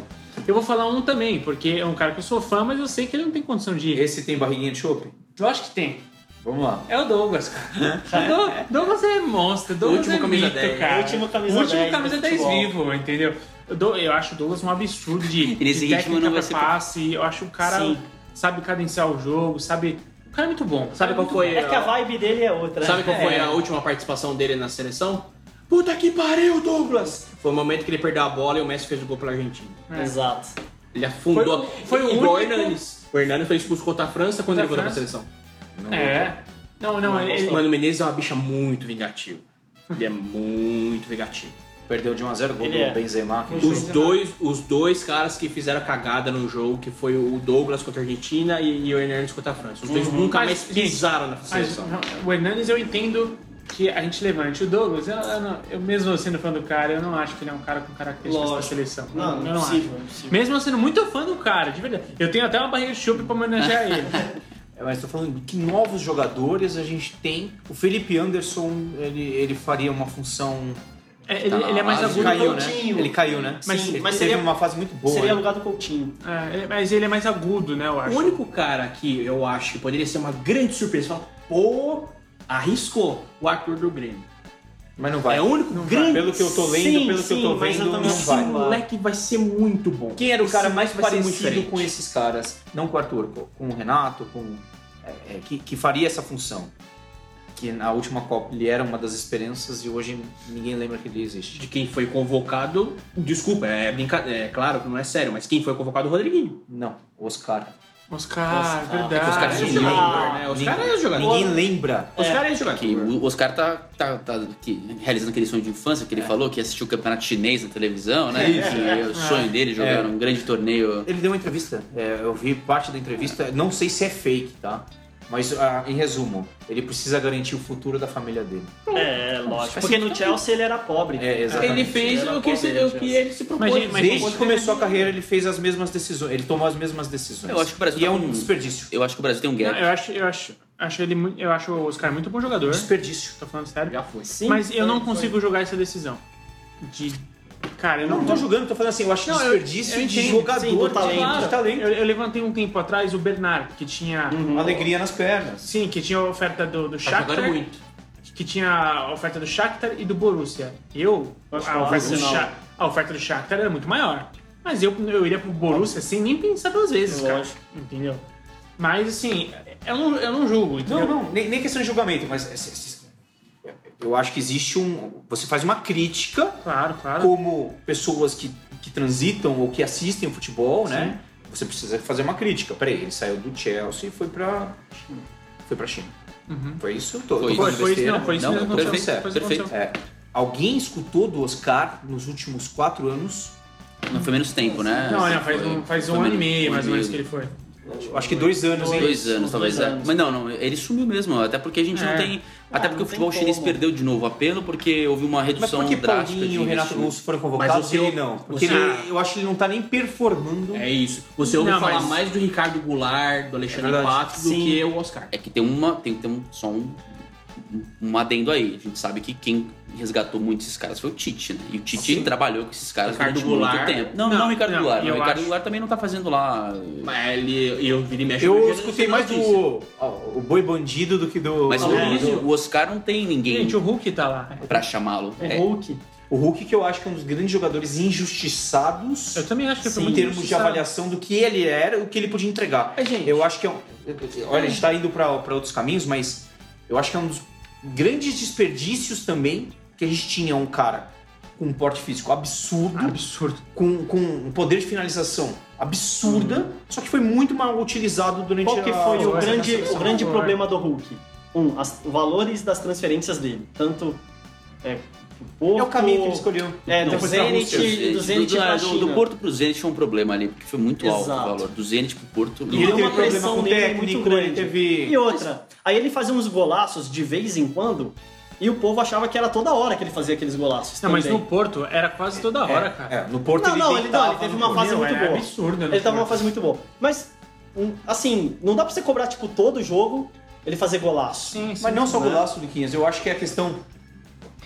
Speaker 2: Eu vou falar um também, porque é um cara que eu sou fã, mas eu sei que ele não tem condição de ir.
Speaker 3: Esse tem barriguinha de chope?
Speaker 2: Eu acho que tem.
Speaker 3: Vamos lá.
Speaker 2: É o Douglas, cara. Dou- Douglas é monstro, Douglas
Speaker 5: Último
Speaker 2: é
Speaker 5: camisa
Speaker 2: mito,
Speaker 5: 10.
Speaker 2: cara.
Speaker 4: Último camisa
Speaker 2: Último
Speaker 4: 10 do
Speaker 2: camisa 10
Speaker 4: futebol.
Speaker 2: vivo, entendeu? Eu, dou- eu acho o Douglas um absurdo de,
Speaker 5: E nesse
Speaker 2: de
Speaker 5: ritmo
Speaker 2: técnica
Speaker 5: não vai
Speaker 2: pra
Speaker 5: ser
Speaker 2: passe. Eu acho o cara
Speaker 4: Sim.
Speaker 2: sabe cadenciar o jogo, sabe... O cara é muito bom.
Speaker 6: Sabe qual
Speaker 2: Muito
Speaker 6: foi
Speaker 4: É que a vibe dele é outra. né?
Speaker 6: Sabe qual foi
Speaker 4: É.
Speaker 6: a última participação dele na seleção? Puta que pariu, Douglas! Foi o momento que ele perdeu a bola e o Messi fez o gol pela Argentina.
Speaker 4: Exato.
Speaker 6: Ele afundou.
Speaker 2: Foi o- foi o
Speaker 6: igual
Speaker 2: único-
Speaker 6: o Hernanes. O Hernanes foi expulso contra a França quando
Speaker 2: Contra
Speaker 6: ele voltou
Speaker 2: a
Speaker 6: pra
Speaker 2: França.
Speaker 6: seleção.
Speaker 2: bom. É. Não, não, ele...
Speaker 6: O Mano Menezes é uma bicha muito vingativa. Ele é muito vingativo.
Speaker 3: Perdeu de 1x0, gol
Speaker 4: Ele
Speaker 3: do
Speaker 4: é.
Speaker 3: Benzema. que-
Speaker 6: Os dois, os dois caras que fizeram cagada no jogo, que foi o Douglas contra a Argentina e, e o Hernanes contra a França. Os dois
Speaker 2: Uhum.
Speaker 6: nunca
Speaker 2: Mas,
Speaker 6: mais
Speaker 2: gente,
Speaker 6: pisaram na
Speaker 2: Mas,
Speaker 6: seleção.
Speaker 2: não, o Hernandes eu entendo que a gente levante. O Douglas, eu, eu não- eu mesmo sendo fã do cara, eu não acho que ele é um cara com características da
Speaker 4: Lógico.
Speaker 2: seleção.
Speaker 4: Não,
Speaker 2: eu
Speaker 4: não é
Speaker 2: não acho.
Speaker 4: possível, é impossível.
Speaker 2: Mesmo eu sendo muito fã do cara, de verdade. Eu tenho até uma barriga de chope pra homenagear ele.
Speaker 3: É, Mas tô falando que novos jogadores a gente tem. O Felipe Anderson, ele, ele faria uma função.
Speaker 2: É, ele,
Speaker 5: Tá na
Speaker 2: ele é mais
Speaker 5: base,
Speaker 2: agudo.
Speaker 3: caiu, né?
Speaker 4: Coutinho.
Speaker 3: Ele caiu, né?
Speaker 4: Mas-
Speaker 3: ele
Speaker 4: mas
Speaker 3: teve
Speaker 4: seria-
Speaker 3: uma fase muito boa.
Speaker 4: Seria
Speaker 3: né?
Speaker 4: lugar do Coutinho.
Speaker 2: É, ele- mas ele é mais agudo, né, eu acho.
Speaker 6: O único cara que eu acho que poderia ser uma grande surpresa, fala, pô, arriscou o Arthur do Grêmio.
Speaker 3: Mas não vai.
Speaker 6: É o único
Speaker 3: Não vai.
Speaker 6: grande-
Speaker 3: Pelo que eu tô lendo,
Speaker 4: Sim,
Speaker 3: pelo
Speaker 4: sim,
Speaker 3: que eu tô
Speaker 4: mas eu
Speaker 3: vendo,
Speaker 4: também
Speaker 3: não
Speaker 4: acho
Speaker 3: vai.
Speaker 4: que
Speaker 6: Esse
Speaker 4: lá.
Speaker 6: moleque vai ser muito bom.
Speaker 3: Quem era o cara
Speaker 6: Esse
Speaker 3: mais
Speaker 6: vai ser muito
Speaker 3: parecido
Speaker 6: diferente.
Speaker 3: com esses caras? Não com o Arthur, com- com o Renato, com. é, é, que, que faria essa função. Que na última Copa ele era uma das esperanças e hoje ninguém lembra que ele existe.
Speaker 6: De quem foi convocado, desculpa, é brincadeira, é claro, não é sério, mas quem foi convocado é o Rodriguinho.
Speaker 3: Não, Oscar.
Speaker 2: Oscar,
Speaker 4: Oscar.
Speaker 2: Ah, verdade.
Speaker 5: Os caras
Speaker 4: Ah,
Speaker 6: é
Speaker 5: não
Speaker 6: jogador,
Speaker 5: lembram.
Speaker 6: né? Os
Speaker 3: Ninguém-
Speaker 6: caras é jogador.
Speaker 3: Ninguém lembra.
Speaker 6: Os caras é jogador.
Speaker 5: Que o Oscar tá, tá, tá que, realizando aquele sonho de infância que ele falou, que assistiu o campeonato chinês na televisão, né? E o sonho dele jogar um grande torneio.
Speaker 3: Ele deu uma entrevista, é, eu vi parte da entrevista, não sei se é fake, tá? Mas ah, em resumo, ele precisa garantir o futuro da família dele.
Speaker 4: É, lógico. Porque no Chelsea ele era pobre.
Speaker 3: É, exatamente.
Speaker 6: Ele fez
Speaker 4: Ele era
Speaker 6: o que, se-
Speaker 4: pobre,
Speaker 6: o que ele se propôs.
Speaker 2: Mas, gente, mas-
Speaker 3: Desde que começou a carreira, ele fez as mesmas decisões, ele tomou as mesmas decisões.
Speaker 5: Eu acho que o Brasil
Speaker 3: E
Speaker 5: tá
Speaker 3: é
Speaker 5: com-
Speaker 3: um desperdício.
Speaker 5: Eu acho que o Brasil tem um
Speaker 2: Não,
Speaker 5: gap.
Speaker 2: eu acho, eu acho, acho ele muito, eu acho o Oscar muito bom jogador.
Speaker 3: Desperdício.
Speaker 2: Tô falando sério.
Speaker 6: Já foi.
Speaker 4: Sim,
Speaker 2: mas eu
Speaker 4: foi-
Speaker 2: não
Speaker 4: foi.
Speaker 2: consigo jogar essa decisão. De. Cara, eu
Speaker 3: Eu
Speaker 2: não,
Speaker 3: não tô julgando, tô falando assim, eu acho
Speaker 2: Não, eu-
Speaker 3: desperdício
Speaker 2: eu
Speaker 3: de
Speaker 2: entendo.
Speaker 3: jogador,
Speaker 4: Sim, do
Speaker 3: de
Speaker 4: talento.
Speaker 3: gente de talento.
Speaker 2: Eu, eu levantei um tempo atrás o Bernard, que tinha.
Speaker 3: Hum. Alegria nas pernas.
Speaker 2: Sim, que tinha a oferta do, do
Speaker 5: é
Speaker 2: Shakhtar,
Speaker 6: jogando muito.
Speaker 2: que tinha a oferta do Shakhtar e do Borussia. Eu, a
Speaker 4: falar,
Speaker 2: oferta, do
Speaker 4: Arsenal.
Speaker 2: Sha- a oferta do Shakhtar era muito maior. Mas eu, eu iria pro Borussia sem nem pensar duas vezes, cara.
Speaker 4: Lógico.
Speaker 2: Entendeu? Mas, assim, eu não, eu não julgo,
Speaker 3: Não,
Speaker 2: entendeu?
Speaker 3: não, nem, nem questão de julgamento, mas é, é, é, eu acho que existe um... Você faz uma crítica
Speaker 2: Claro, claro.
Speaker 3: como pessoas que, que transitam ou que assistem o futebol, né? Você precisa fazer uma crítica. Peraí, ele saiu do Chelsea e foi pra. Foi pra China. Foi isso? Tô,
Speaker 5: Uhum. Foi
Speaker 3: tô
Speaker 2: Foi,
Speaker 3: falando
Speaker 5: isso.
Speaker 2: foi isso,
Speaker 3: besteira?
Speaker 2: não, foi isso
Speaker 5: Não,
Speaker 2: mesmo que
Speaker 5: perfeito,
Speaker 2: aconteceu. foi isso que
Speaker 5: perfeito.
Speaker 2: aconteceu.
Speaker 3: É, alguém escutou do Oscar nos últimos quatro anos
Speaker 5: Não foi menos tempo, né?
Speaker 2: Não,
Speaker 5: Assim,
Speaker 2: não, faz
Speaker 5: foi-
Speaker 2: um, faz
Speaker 5: foi
Speaker 2: um ano e
Speaker 5: menos-
Speaker 2: meio
Speaker 5: um
Speaker 2: mais ou menos que
Speaker 5: meio.
Speaker 2: ele foi.
Speaker 3: Eu Acho que dois anos, hein?
Speaker 5: Dois anos,
Speaker 4: uns
Speaker 5: talvez.
Speaker 4: dois
Speaker 5: é.
Speaker 4: anos.
Speaker 5: Mas não, não, ele sumiu mesmo. Até porque a gente
Speaker 2: É.
Speaker 5: não tem. Até
Speaker 4: Ah,
Speaker 5: porque
Speaker 4: não
Speaker 5: o futebol
Speaker 4: tem
Speaker 5: chinês
Speaker 4: como.
Speaker 5: perdeu de novo apelo porque houve uma
Speaker 3: Mas
Speaker 5: redução
Speaker 3: por que
Speaker 5: drástica
Speaker 3: Paulinho e o
Speaker 5: de
Speaker 3: Renato
Speaker 5: investimento.
Speaker 3: Russo foram
Speaker 6: Mas
Speaker 3: convocados
Speaker 6: você-
Speaker 3: e ele não? Porque
Speaker 6: você-
Speaker 3: ele- eu acho que ele não tá nem performando.
Speaker 6: É isso. Você ouve
Speaker 2: Não,
Speaker 6: falar
Speaker 2: mas-
Speaker 6: mais do Ricardo Goulart, do Alexandre
Speaker 3: verdade.
Speaker 6: Pato do
Speaker 4: Sim.
Speaker 6: que o Oscar.
Speaker 5: É que tem uma. Tem que ter um, só um, um adendo aí. A gente sabe que quem resgatou muito esses caras foi o Tite, né? E o Tite
Speaker 6: Sim.
Speaker 5: trabalhou com esses caras
Speaker 6: Ricardo
Speaker 5: durante muito
Speaker 6: Goulart.
Speaker 5: tempo. Não,
Speaker 2: Não,
Speaker 5: não, o Ricardo
Speaker 2: não,
Speaker 5: Goulart. não.
Speaker 2: eu
Speaker 5: O Ricardo
Speaker 2: acho-
Speaker 5: Goulart também não tá fazendo lá.
Speaker 6: Mas ele, eu vira e mexe no
Speaker 3: Eu
Speaker 6: dia
Speaker 3: escutei
Speaker 6: da
Speaker 3: mais do
Speaker 6: notícia.
Speaker 3: ó, o Boi Bandido do que do.
Speaker 5: Mas
Speaker 3: do-
Speaker 5: o, o Oscar não tem ninguém
Speaker 2: Gente, o Hulk tá lá.
Speaker 5: pra chamá-lo.
Speaker 2: O
Speaker 4: um
Speaker 5: É,
Speaker 2: Hulk.
Speaker 3: o Hulk, que eu acho que é um dos grandes jogadores injustiçados
Speaker 2: Eu também acho que foi
Speaker 3: em
Speaker 2: muito
Speaker 3: termos Tipo, de
Speaker 2: injustiçado.
Speaker 3: avaliação do que ele era, o que ele podia entregar.
Speaker 6: Mas, gente,
Speaker 3: Eu acho que é um. Olha, a gente tá indo pra pra outros caminhos, mas eu acho que é um dos grandes desperdícios também que a gente tinha um cara com um porte físico absurdo,
Speaker 2: Absurdo.
Speaker 3: com, com um poder de finalização absurda, só que foi muito mal utilizado durante
Speaker 4: Uhum. Qual que
Speaker 3: a
Speaker 4: foi o
Speaker 2: Essa
Speaker 4: grande,
Speaker 2: sensação,
Speaker 4: o grande
Speaker 2: por favor.
Speaker 4: problema do Hulk? Um, as, os valores das transferências dele. Tanto é, pouco,
Speaker 3: É o caminho que ele escolheu.
Speaker 4: É,
Speaker 5: Não,
Speaker 4: do
Speaker 5: foi
Speaker 3: pra
Speaker 4: Zenit,
Speaker 5: Zenit,
Speaker 4: do Zenit pra
Speaker 5: do, do
Speaker 4: China.
Speaker 5: Porto pro Zenit foi um problema ali, porque foi muito alto
Speaker 4: Exato.
Speaker 5: o valor. Do Zenit pro Porto.
Speaker 3: E ele
Speaker 4: uma
Speaker 3: teve problema
Speaker 4: pressão
Speaker 3: com o
Speaker 4: nele
Speaker 3: técnico,
Speaker 4: muito
Speaker 3: ele
Speaker 4: grande.
Speaker 3: teve.
Speaker 4: E outra, aí ele fazia uns golaços de vez em quando e o povo achava que era toda hora que ele fazia aqueles golaços.
Speaker 2: Não, mas
Speaker 4: também.
Speaker 2: no Porto era quase toda hora, cara.
Speaker 3: É, no Porto
Speaker 4: Não,
Speaker 3: ele
Speaker 4: não, ele-
Speaker 3: deitava
Speaker 4: não, ele teve
Speaker 3: no
Speaker 4: uma
Speaker 3: Porto.
Speaker 4: fase
Speaker 2: Meu,
Speaker 4: muito
Speaker 2: era
Speaker 4: boa.
Speaker 2: absurdo. né,
Speaker 4: Ele tava numa
Speaker 2: Porto.
Speaker 4: fase muito boa. Mas, hum, assim, não dá pra você cobrar, tipo, todo jogo ele fazer golaço.
Speaker 2: Sim, sim.
Speaker 3: Mas não só o golaço do Quinhas, eu acho que é a questão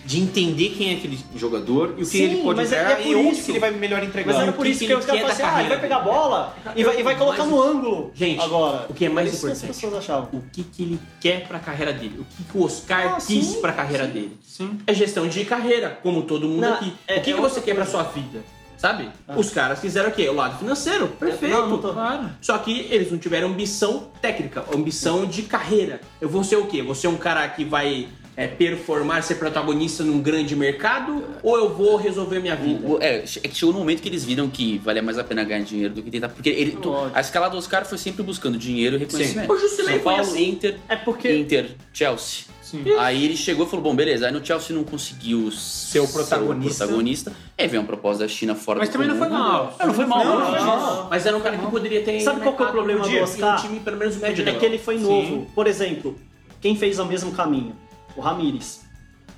Speaker 3: de entender quem é aquele jogador e o que
Speaker 4: Sim,
Speaker 3: ele pode
Speaker 4: mas é-
Speaker 3: entregar
Speaker 4: é por
Speaker 3: e onde
Speaker 4: isso.
Speaker 3: que ele vai melhor entregar.
Speaker 4: Mas
Speaker 3: E
Speaker 4: era
Speaker 3: o
Speaker 4: por isso que,
Speaker 3: ele
Speaker 4: os caras
Speaker 3: quer
Speaker 4: falaram assim,
Speaker 3: da
Speaker 4: ah, ele vai
Speaker 3: carreira.
Speaker 4: pegar a bola e vai, e vai colocar no ângulo
Speaker 6: Gente,
Speaker 4: agora.
Speaker 6: o que é mais
Speaker 4: Era isso que
Speaker 6: importante.
Speaker 4: as pessoas achavam.
Speaker 6: o que, que ele quer pra carreira dele, o que, que o Oscar
Speaker 4: Ah,
Speaker 6: quis
Speaker 4: sim,
Speaker 6: pra carreira dele.
Speaker 2: Sim.
Speaker 6: É gestão de carreira, como todo mundo
Speaker 4: Não,
Speaker 6: aqui.
Speaker 4: é-
Speaker 6: o que,
Speaker 4: é
Speaker 6: que
Speaker 4: outra Ah.
Speaker 6: você quer pra sua vida? Sabe? Os caras fizeram o quê? O lado financeiro. Perfeito.
Speaker 4: É, Não, não tô-
Speaker 6: Claro. Só que eles não tiveram ambição técnica, ambição de carreira. Eu vou ser o quê? Vou ser um cara que vai é, performar, ser protagonista num grande mercado? Ou eu vou resolver minha vida?
Speaker 5: O- o- É, che- é que chegou no momento que eles viram que valia mais a pena ganhar dinheiro do que tentar. Porque ele, tu-
Speaker 4: Lógico.
Speaker 5: a escalada do Oscar foi sempre buscando dinheiro e reconhecimento.
Speaker 6: O Jusilei
Speaker 5: São
Speaker 6: foi
Speaker 5: Paulo,
Speaker 6: assim.
Speaker 5: Inter,
Speaker 4: É porque...
Speaker 5: Inter, Chelsea.
Speaker 2: Sim.
Speaker 5: Aí ele chegou e falou: bom, beleza. Aí no Chelsea não conseguiu ser
Speaker 3: o protagonista.
Speaker 5: protagonista. Aí veio uma proposta da China fora
Speaker 2: Mas
Speaker 5: do
Speaker 2: também não
Speaker 5: comum.
Speaker 2: foi mal.
Speaker 5: Não, não
Speaker 6: um
Speaker 5: foi mal,
Speaker 4: Não, não
Speaker 5: não,
Speaker 4: foi mal.
Speaker 6: Mas era um cara que poderia ter.
Speaker 4: Sabe qual que é o problema do
Speaker 6: podia,
Speaker 4: Oscar?
Speaker 6: Um time, pelo menos médio
Speaker 4: É
Speaker 6: da
Speaker 4: que ele foi
Speaker 2: Sim.
Speaker 4: novo. Por exemplo, quem fez o mesmo caminho? O Ramires.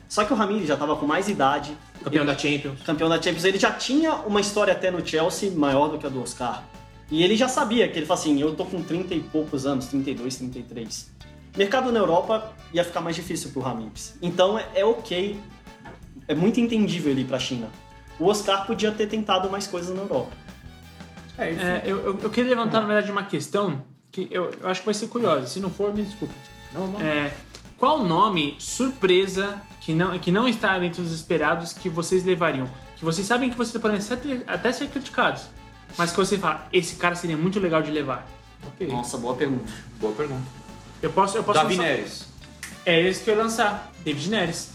Speaker 4: Só que o Ramires já tava com mais idade,
Speaker 6: campeão da Champions.
Speaker 4: campeão da Champions, ele já tinha uma história até no Chelsea maior do que a do Oscar. E ele já sabia que ele falou assim, eu tô com 30 e poucos anos, 32, 33. Mercado na Europa ia ficar mais difícil pro Ramires. Então é, é ok, é muito entendível ele ir pra China. O Oscar podia ter tentado mais coisas na Europa.
Speaker 3: É, enfim.
Speaker 2: É, eu, eu, eu queria levantar, na verdade, uma questão que eu, eu acho que vai ser curiosa. Se não for, me desculpe.
Speaker 3: Não, não.
Speaker 2: É, qual o nome surpresa que não, que não está dentro dos esperados que vocês levariam? Que vocês sabem que vocês podem ser- até ser criticados, mas que você fala, esse cara seria muito legal de levar.
Speaker 3: Ok.
Speaker 4: Nossa, boa pergunta.
Speaker 3: Boa pergunta.
Speaker 2: Eu posso, eu posso
Speaker 3: Davi
Speaker 2: lançar-
Speaker 3: Neres.
Speaker 2: É esse que eu ia lançar, David Neres.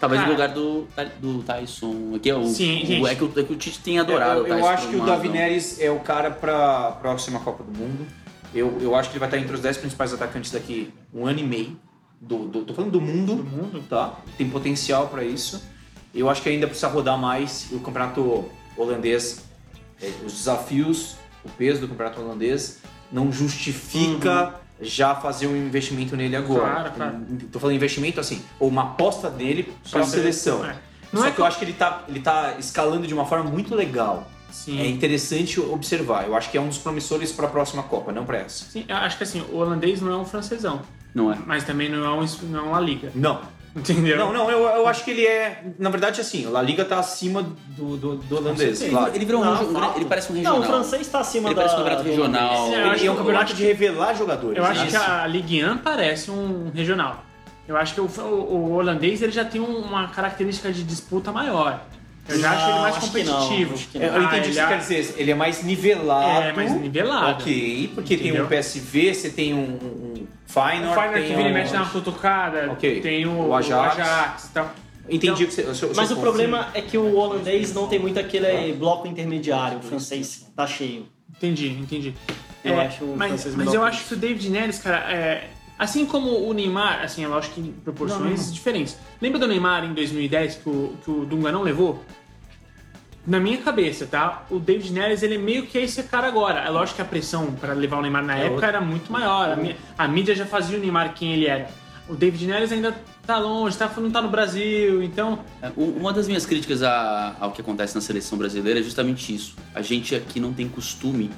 Speaker 5: Talvez no
Speaker 2: Cara.
Speaker 5: lugar do, do Tyson. Aqui é o,
Speaker 2: Sim,
Speaker 5: o-
Speaker 2: gente.
Speaker 5: é, que o, é que o Tite tem adorado.
Speaker 3: Eu,
Speaker 5: tá o
Speaker 3: eu
Speaker 5: Tyson
Speaker 3: acho
Speaker 5: por
Speaker 3: que o
Speaker 5: uma
Speaker 3: Davi
Speaker 5: razão.
Speaker 3: Neres é o cara pra próxima Copa do Mundo. Eu, eu acho que ele vai estar entre os 10 principais atacantes daqui um ano e meio. Do, do- tô falando do mundo. Do mundo. Tá? Tem potencial pra isso. Eu acho que ainda precisa rodar mais. E o campeonato holandês, é, os desafios, o peso do campeonato holandês, não justifica já fazer um investimento nele agora.
Speaker 2: Claro, claro.
Speaker 3: Tô falando investimento assim, ou uma aposta dele pra seleção.
Speaker 2: É. Não
Speaker 3: Só
Speaker 2: é
Speaker 3: que eu acho que ele tá, ele tá escalando de uma forma muito legal. É
Speaker 2: Sim.
Speaker 3: interessante observar. Eu acho que é um dos promissores para a próxima Copa, não para essa.
Speaker 2: Sim, eu acho que assim, o holandês não é um francesão,
Speaker 5: Não é.
Speaker 2: mas também não é um não é uma liga,
Speaker 3: Não.
Speaker 2: entendeu?
Speaker 3: Não, não, eu, eu acho que ele é. Na verdade, assim, a La Liga tá acima do, do, do holandês,
Speaker 5: Ele,
Speaker 3: claro.
Speaker 5: ele virou um,
Speaker 4: Não,
Speaker 5: um-
Speaker 4: fato.
Speaker 5: ele parece um
Speaker 4: Não,
Speaker 5: regional.
Speaker 4: o francês tá acima
Speaker 5: Ele
Speaker 4: da...
Speaker 5: parece um campeonato
Speaker 4: do-
Speaker 5: regional.
Speaker 2: eu acho
Speaker 3: Ele é um
Speaker 2: que-
Speaker 3: campeonato de revelar jogadores.
Speaker 2: Eu acho
Speaker 3: né?
Speaker 2: que a Ligue 1 parece um regional. Eu acho que o, o- o holandês ele já tem um- uma característica de disputa maior. Eu já acho ele
Speaker 4: Não,
Speaker 2: mais
Speaker 4: acho que não,
Speaker 2: competitivo.
Speaker 4: acho que
Speaker 3: Eu, eu
Speaker 2: Ah,
Speaker 3: entendi o que
Speaker 2: ele
Speaker 3: você
Speaker 2: é-
Speaker 3: quer dizer. Ele é mais nivelado.
Speaker 2: É, mais nivelado.
Speaker 3: Ok, porque tem
Speaker 2: Entendeu?
Speaker 3: um PSV, você tem um, um
Speaker 2: O
Speaker 3: Feyenoord,
Speaker 2: Feyenoord
Speaker 3: tem
Speaker 2: que vira e
Speaker 3: um-
Speaker 2: mexe na cutucada,
Speaker 3: Ok.
Speaker 2: tem o,
Speaker 3: O Ajax.
Speaker 2: o Ajax e tal.
Speaker 3: Entendi o que você. o seu-
Speaker 4: Mas
Speaker 3: seu
Speaker 4: o
Speaker 5: Tipo,
Speaker 3: ponto.
Speaker 4: problema é que o holandês não tem muito aquele bloco intermediário. O francês tá cheio.
Speaker 2: Entendi, entendi. É,
Speaker 4: Eu acho o
Speaker 2: mas
Speaker 4: francês
Speaker 2: mas
Speaker 4: melhor
Speaker 2: eu
Speaker 4: que
Speaker 2: acho que o David Neres, cara, é, assim como o Neymar, assim, eu acho que em proporções diferentes. Lembra do Neymar em 2010 que o, que o Dunga não levou? na minha cabeça, tá? O David Neres, ele é meio que esse cara agora. É lógico que a pressão para levar o Neymar
Speaker 5: É
Speaker 2: na época era muito maior. A, mi- a mídia já fazia o Neymar quem ele era. O David Neres ainda tá longe, tá, não tá no Brasil, então...
Speaker 5: É, u- Uma das minhas críticas a- ao que acontece na seleção brasileira é justamente isso. A gente aqui não tem costume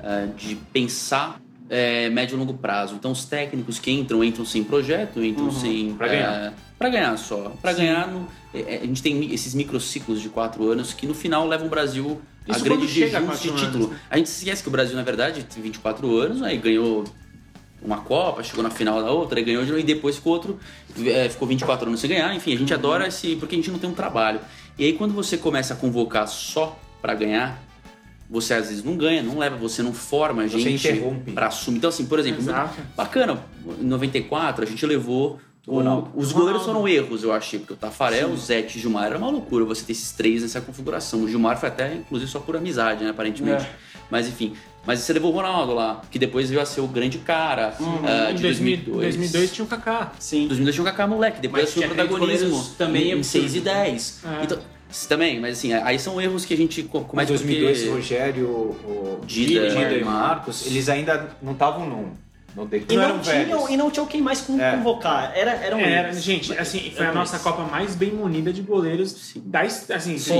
Speaker 5: é, de pensar é, médio e longo prazo. Então, os técnicos que entram, entram sem projeto, entram
Speaker 2: Uhum.
Speaker 5: sem.
Speaker 3: Pra ganhar.
Speaker 5: É, pra ganhar só. Pra ganhar, no- é, é, a gente tem mi- esses microciclos de quatro anos que no final levam o Brasil
Speaker 2: Isso
Speaker 5: a grande
Speaker 2: quando chega a
Speaker 5: jejuns
Speaker 2: quatro
Speaker 5: de
Speaker 2: anos,
Speaker 5: título.
Speaker 2: né?
Speaker 5: A gente esquece que o Brasil, na verdade, tem 24 anos, aí ganhou uma Copa, chegou na final da outra, aí ganhou de novo, e depois ficou outro, é, ficou 24 anos sem ganhar. Enfim, a gente adora esse. porque a gente não tem um trabalho. E aí quando você começa a convocar só pra ganhar, você às vezes não ganha, não leva, você não forma a
Speaker 3: Você
Speaker 5: gente
Speaker 3: interrompe.
Speaker 5: pra assumir. Então, assim, por exemplo,
Speaker 2: Exato.
Speaker 5: bacana, em 94 a gente levou. o-
Speaker 3: Ronaldo.
Speaker 5: os goleiros foram erros, eu achei, porque o Tafarel, o Zete e o Gilmar era uma loucura você ter esses três nessa configuração. O Gilmar foi até, inclusive, só por amizade, né, aparentemente.
Speaker 3: É.
Speaker 5: Mas enfim. Mas você levou o Ronaldo lá, que depois veio a ser o grande cara ah,
Speaker 2: Uhum. em
Speaker 5: de
Speaker 2: 2002. 2002 tinha o Kaká.
Speaker 4: Sim.
Speaker 5: 2002 tinha o Kaká moleque, depois
Speaker 6: Mas
Speaker 5: assumiu o
Speaker 6: tinha aquele
Speaker 5: protagonismo
Speaker 6: goleiros também né?
Speaker 5: em
Speaker 6: absurdo.
Speaker 5: 6 e 10.
Speaker 2: É.
Speaker 5: Então, s- também, mas assim, aí são erros que a gente co-
Speaker 3: Mas
Speaker 5: comete
Speaker 3: 2002,
Speaker 5: porque...
Speaker 3: Rogério, o
Speaker 5: Dida,
Speaker 3: e Marcos, eles ainda não estavam num- no
Speaker 4: E
Speaker 3: declínio,
Speaker 4: não,
Speaker 3: eram
Speaker 4: tinham,
Speaker 3: velhos.
Speaker 4: e não tinham quem mais con-
Speaker 3: É.
Speaker 4: convocar. Era, eram
Speaker 2: Era,
Speaker 4: eles.
Speaker 2: gente, assim, foi a
Speaker 4: Eram
Speaker 2: nossa
Speaker 4: eles.
Speaker 2: Copa mais bem munida de goleiros da, his- assim,
Speaker 5: Sim,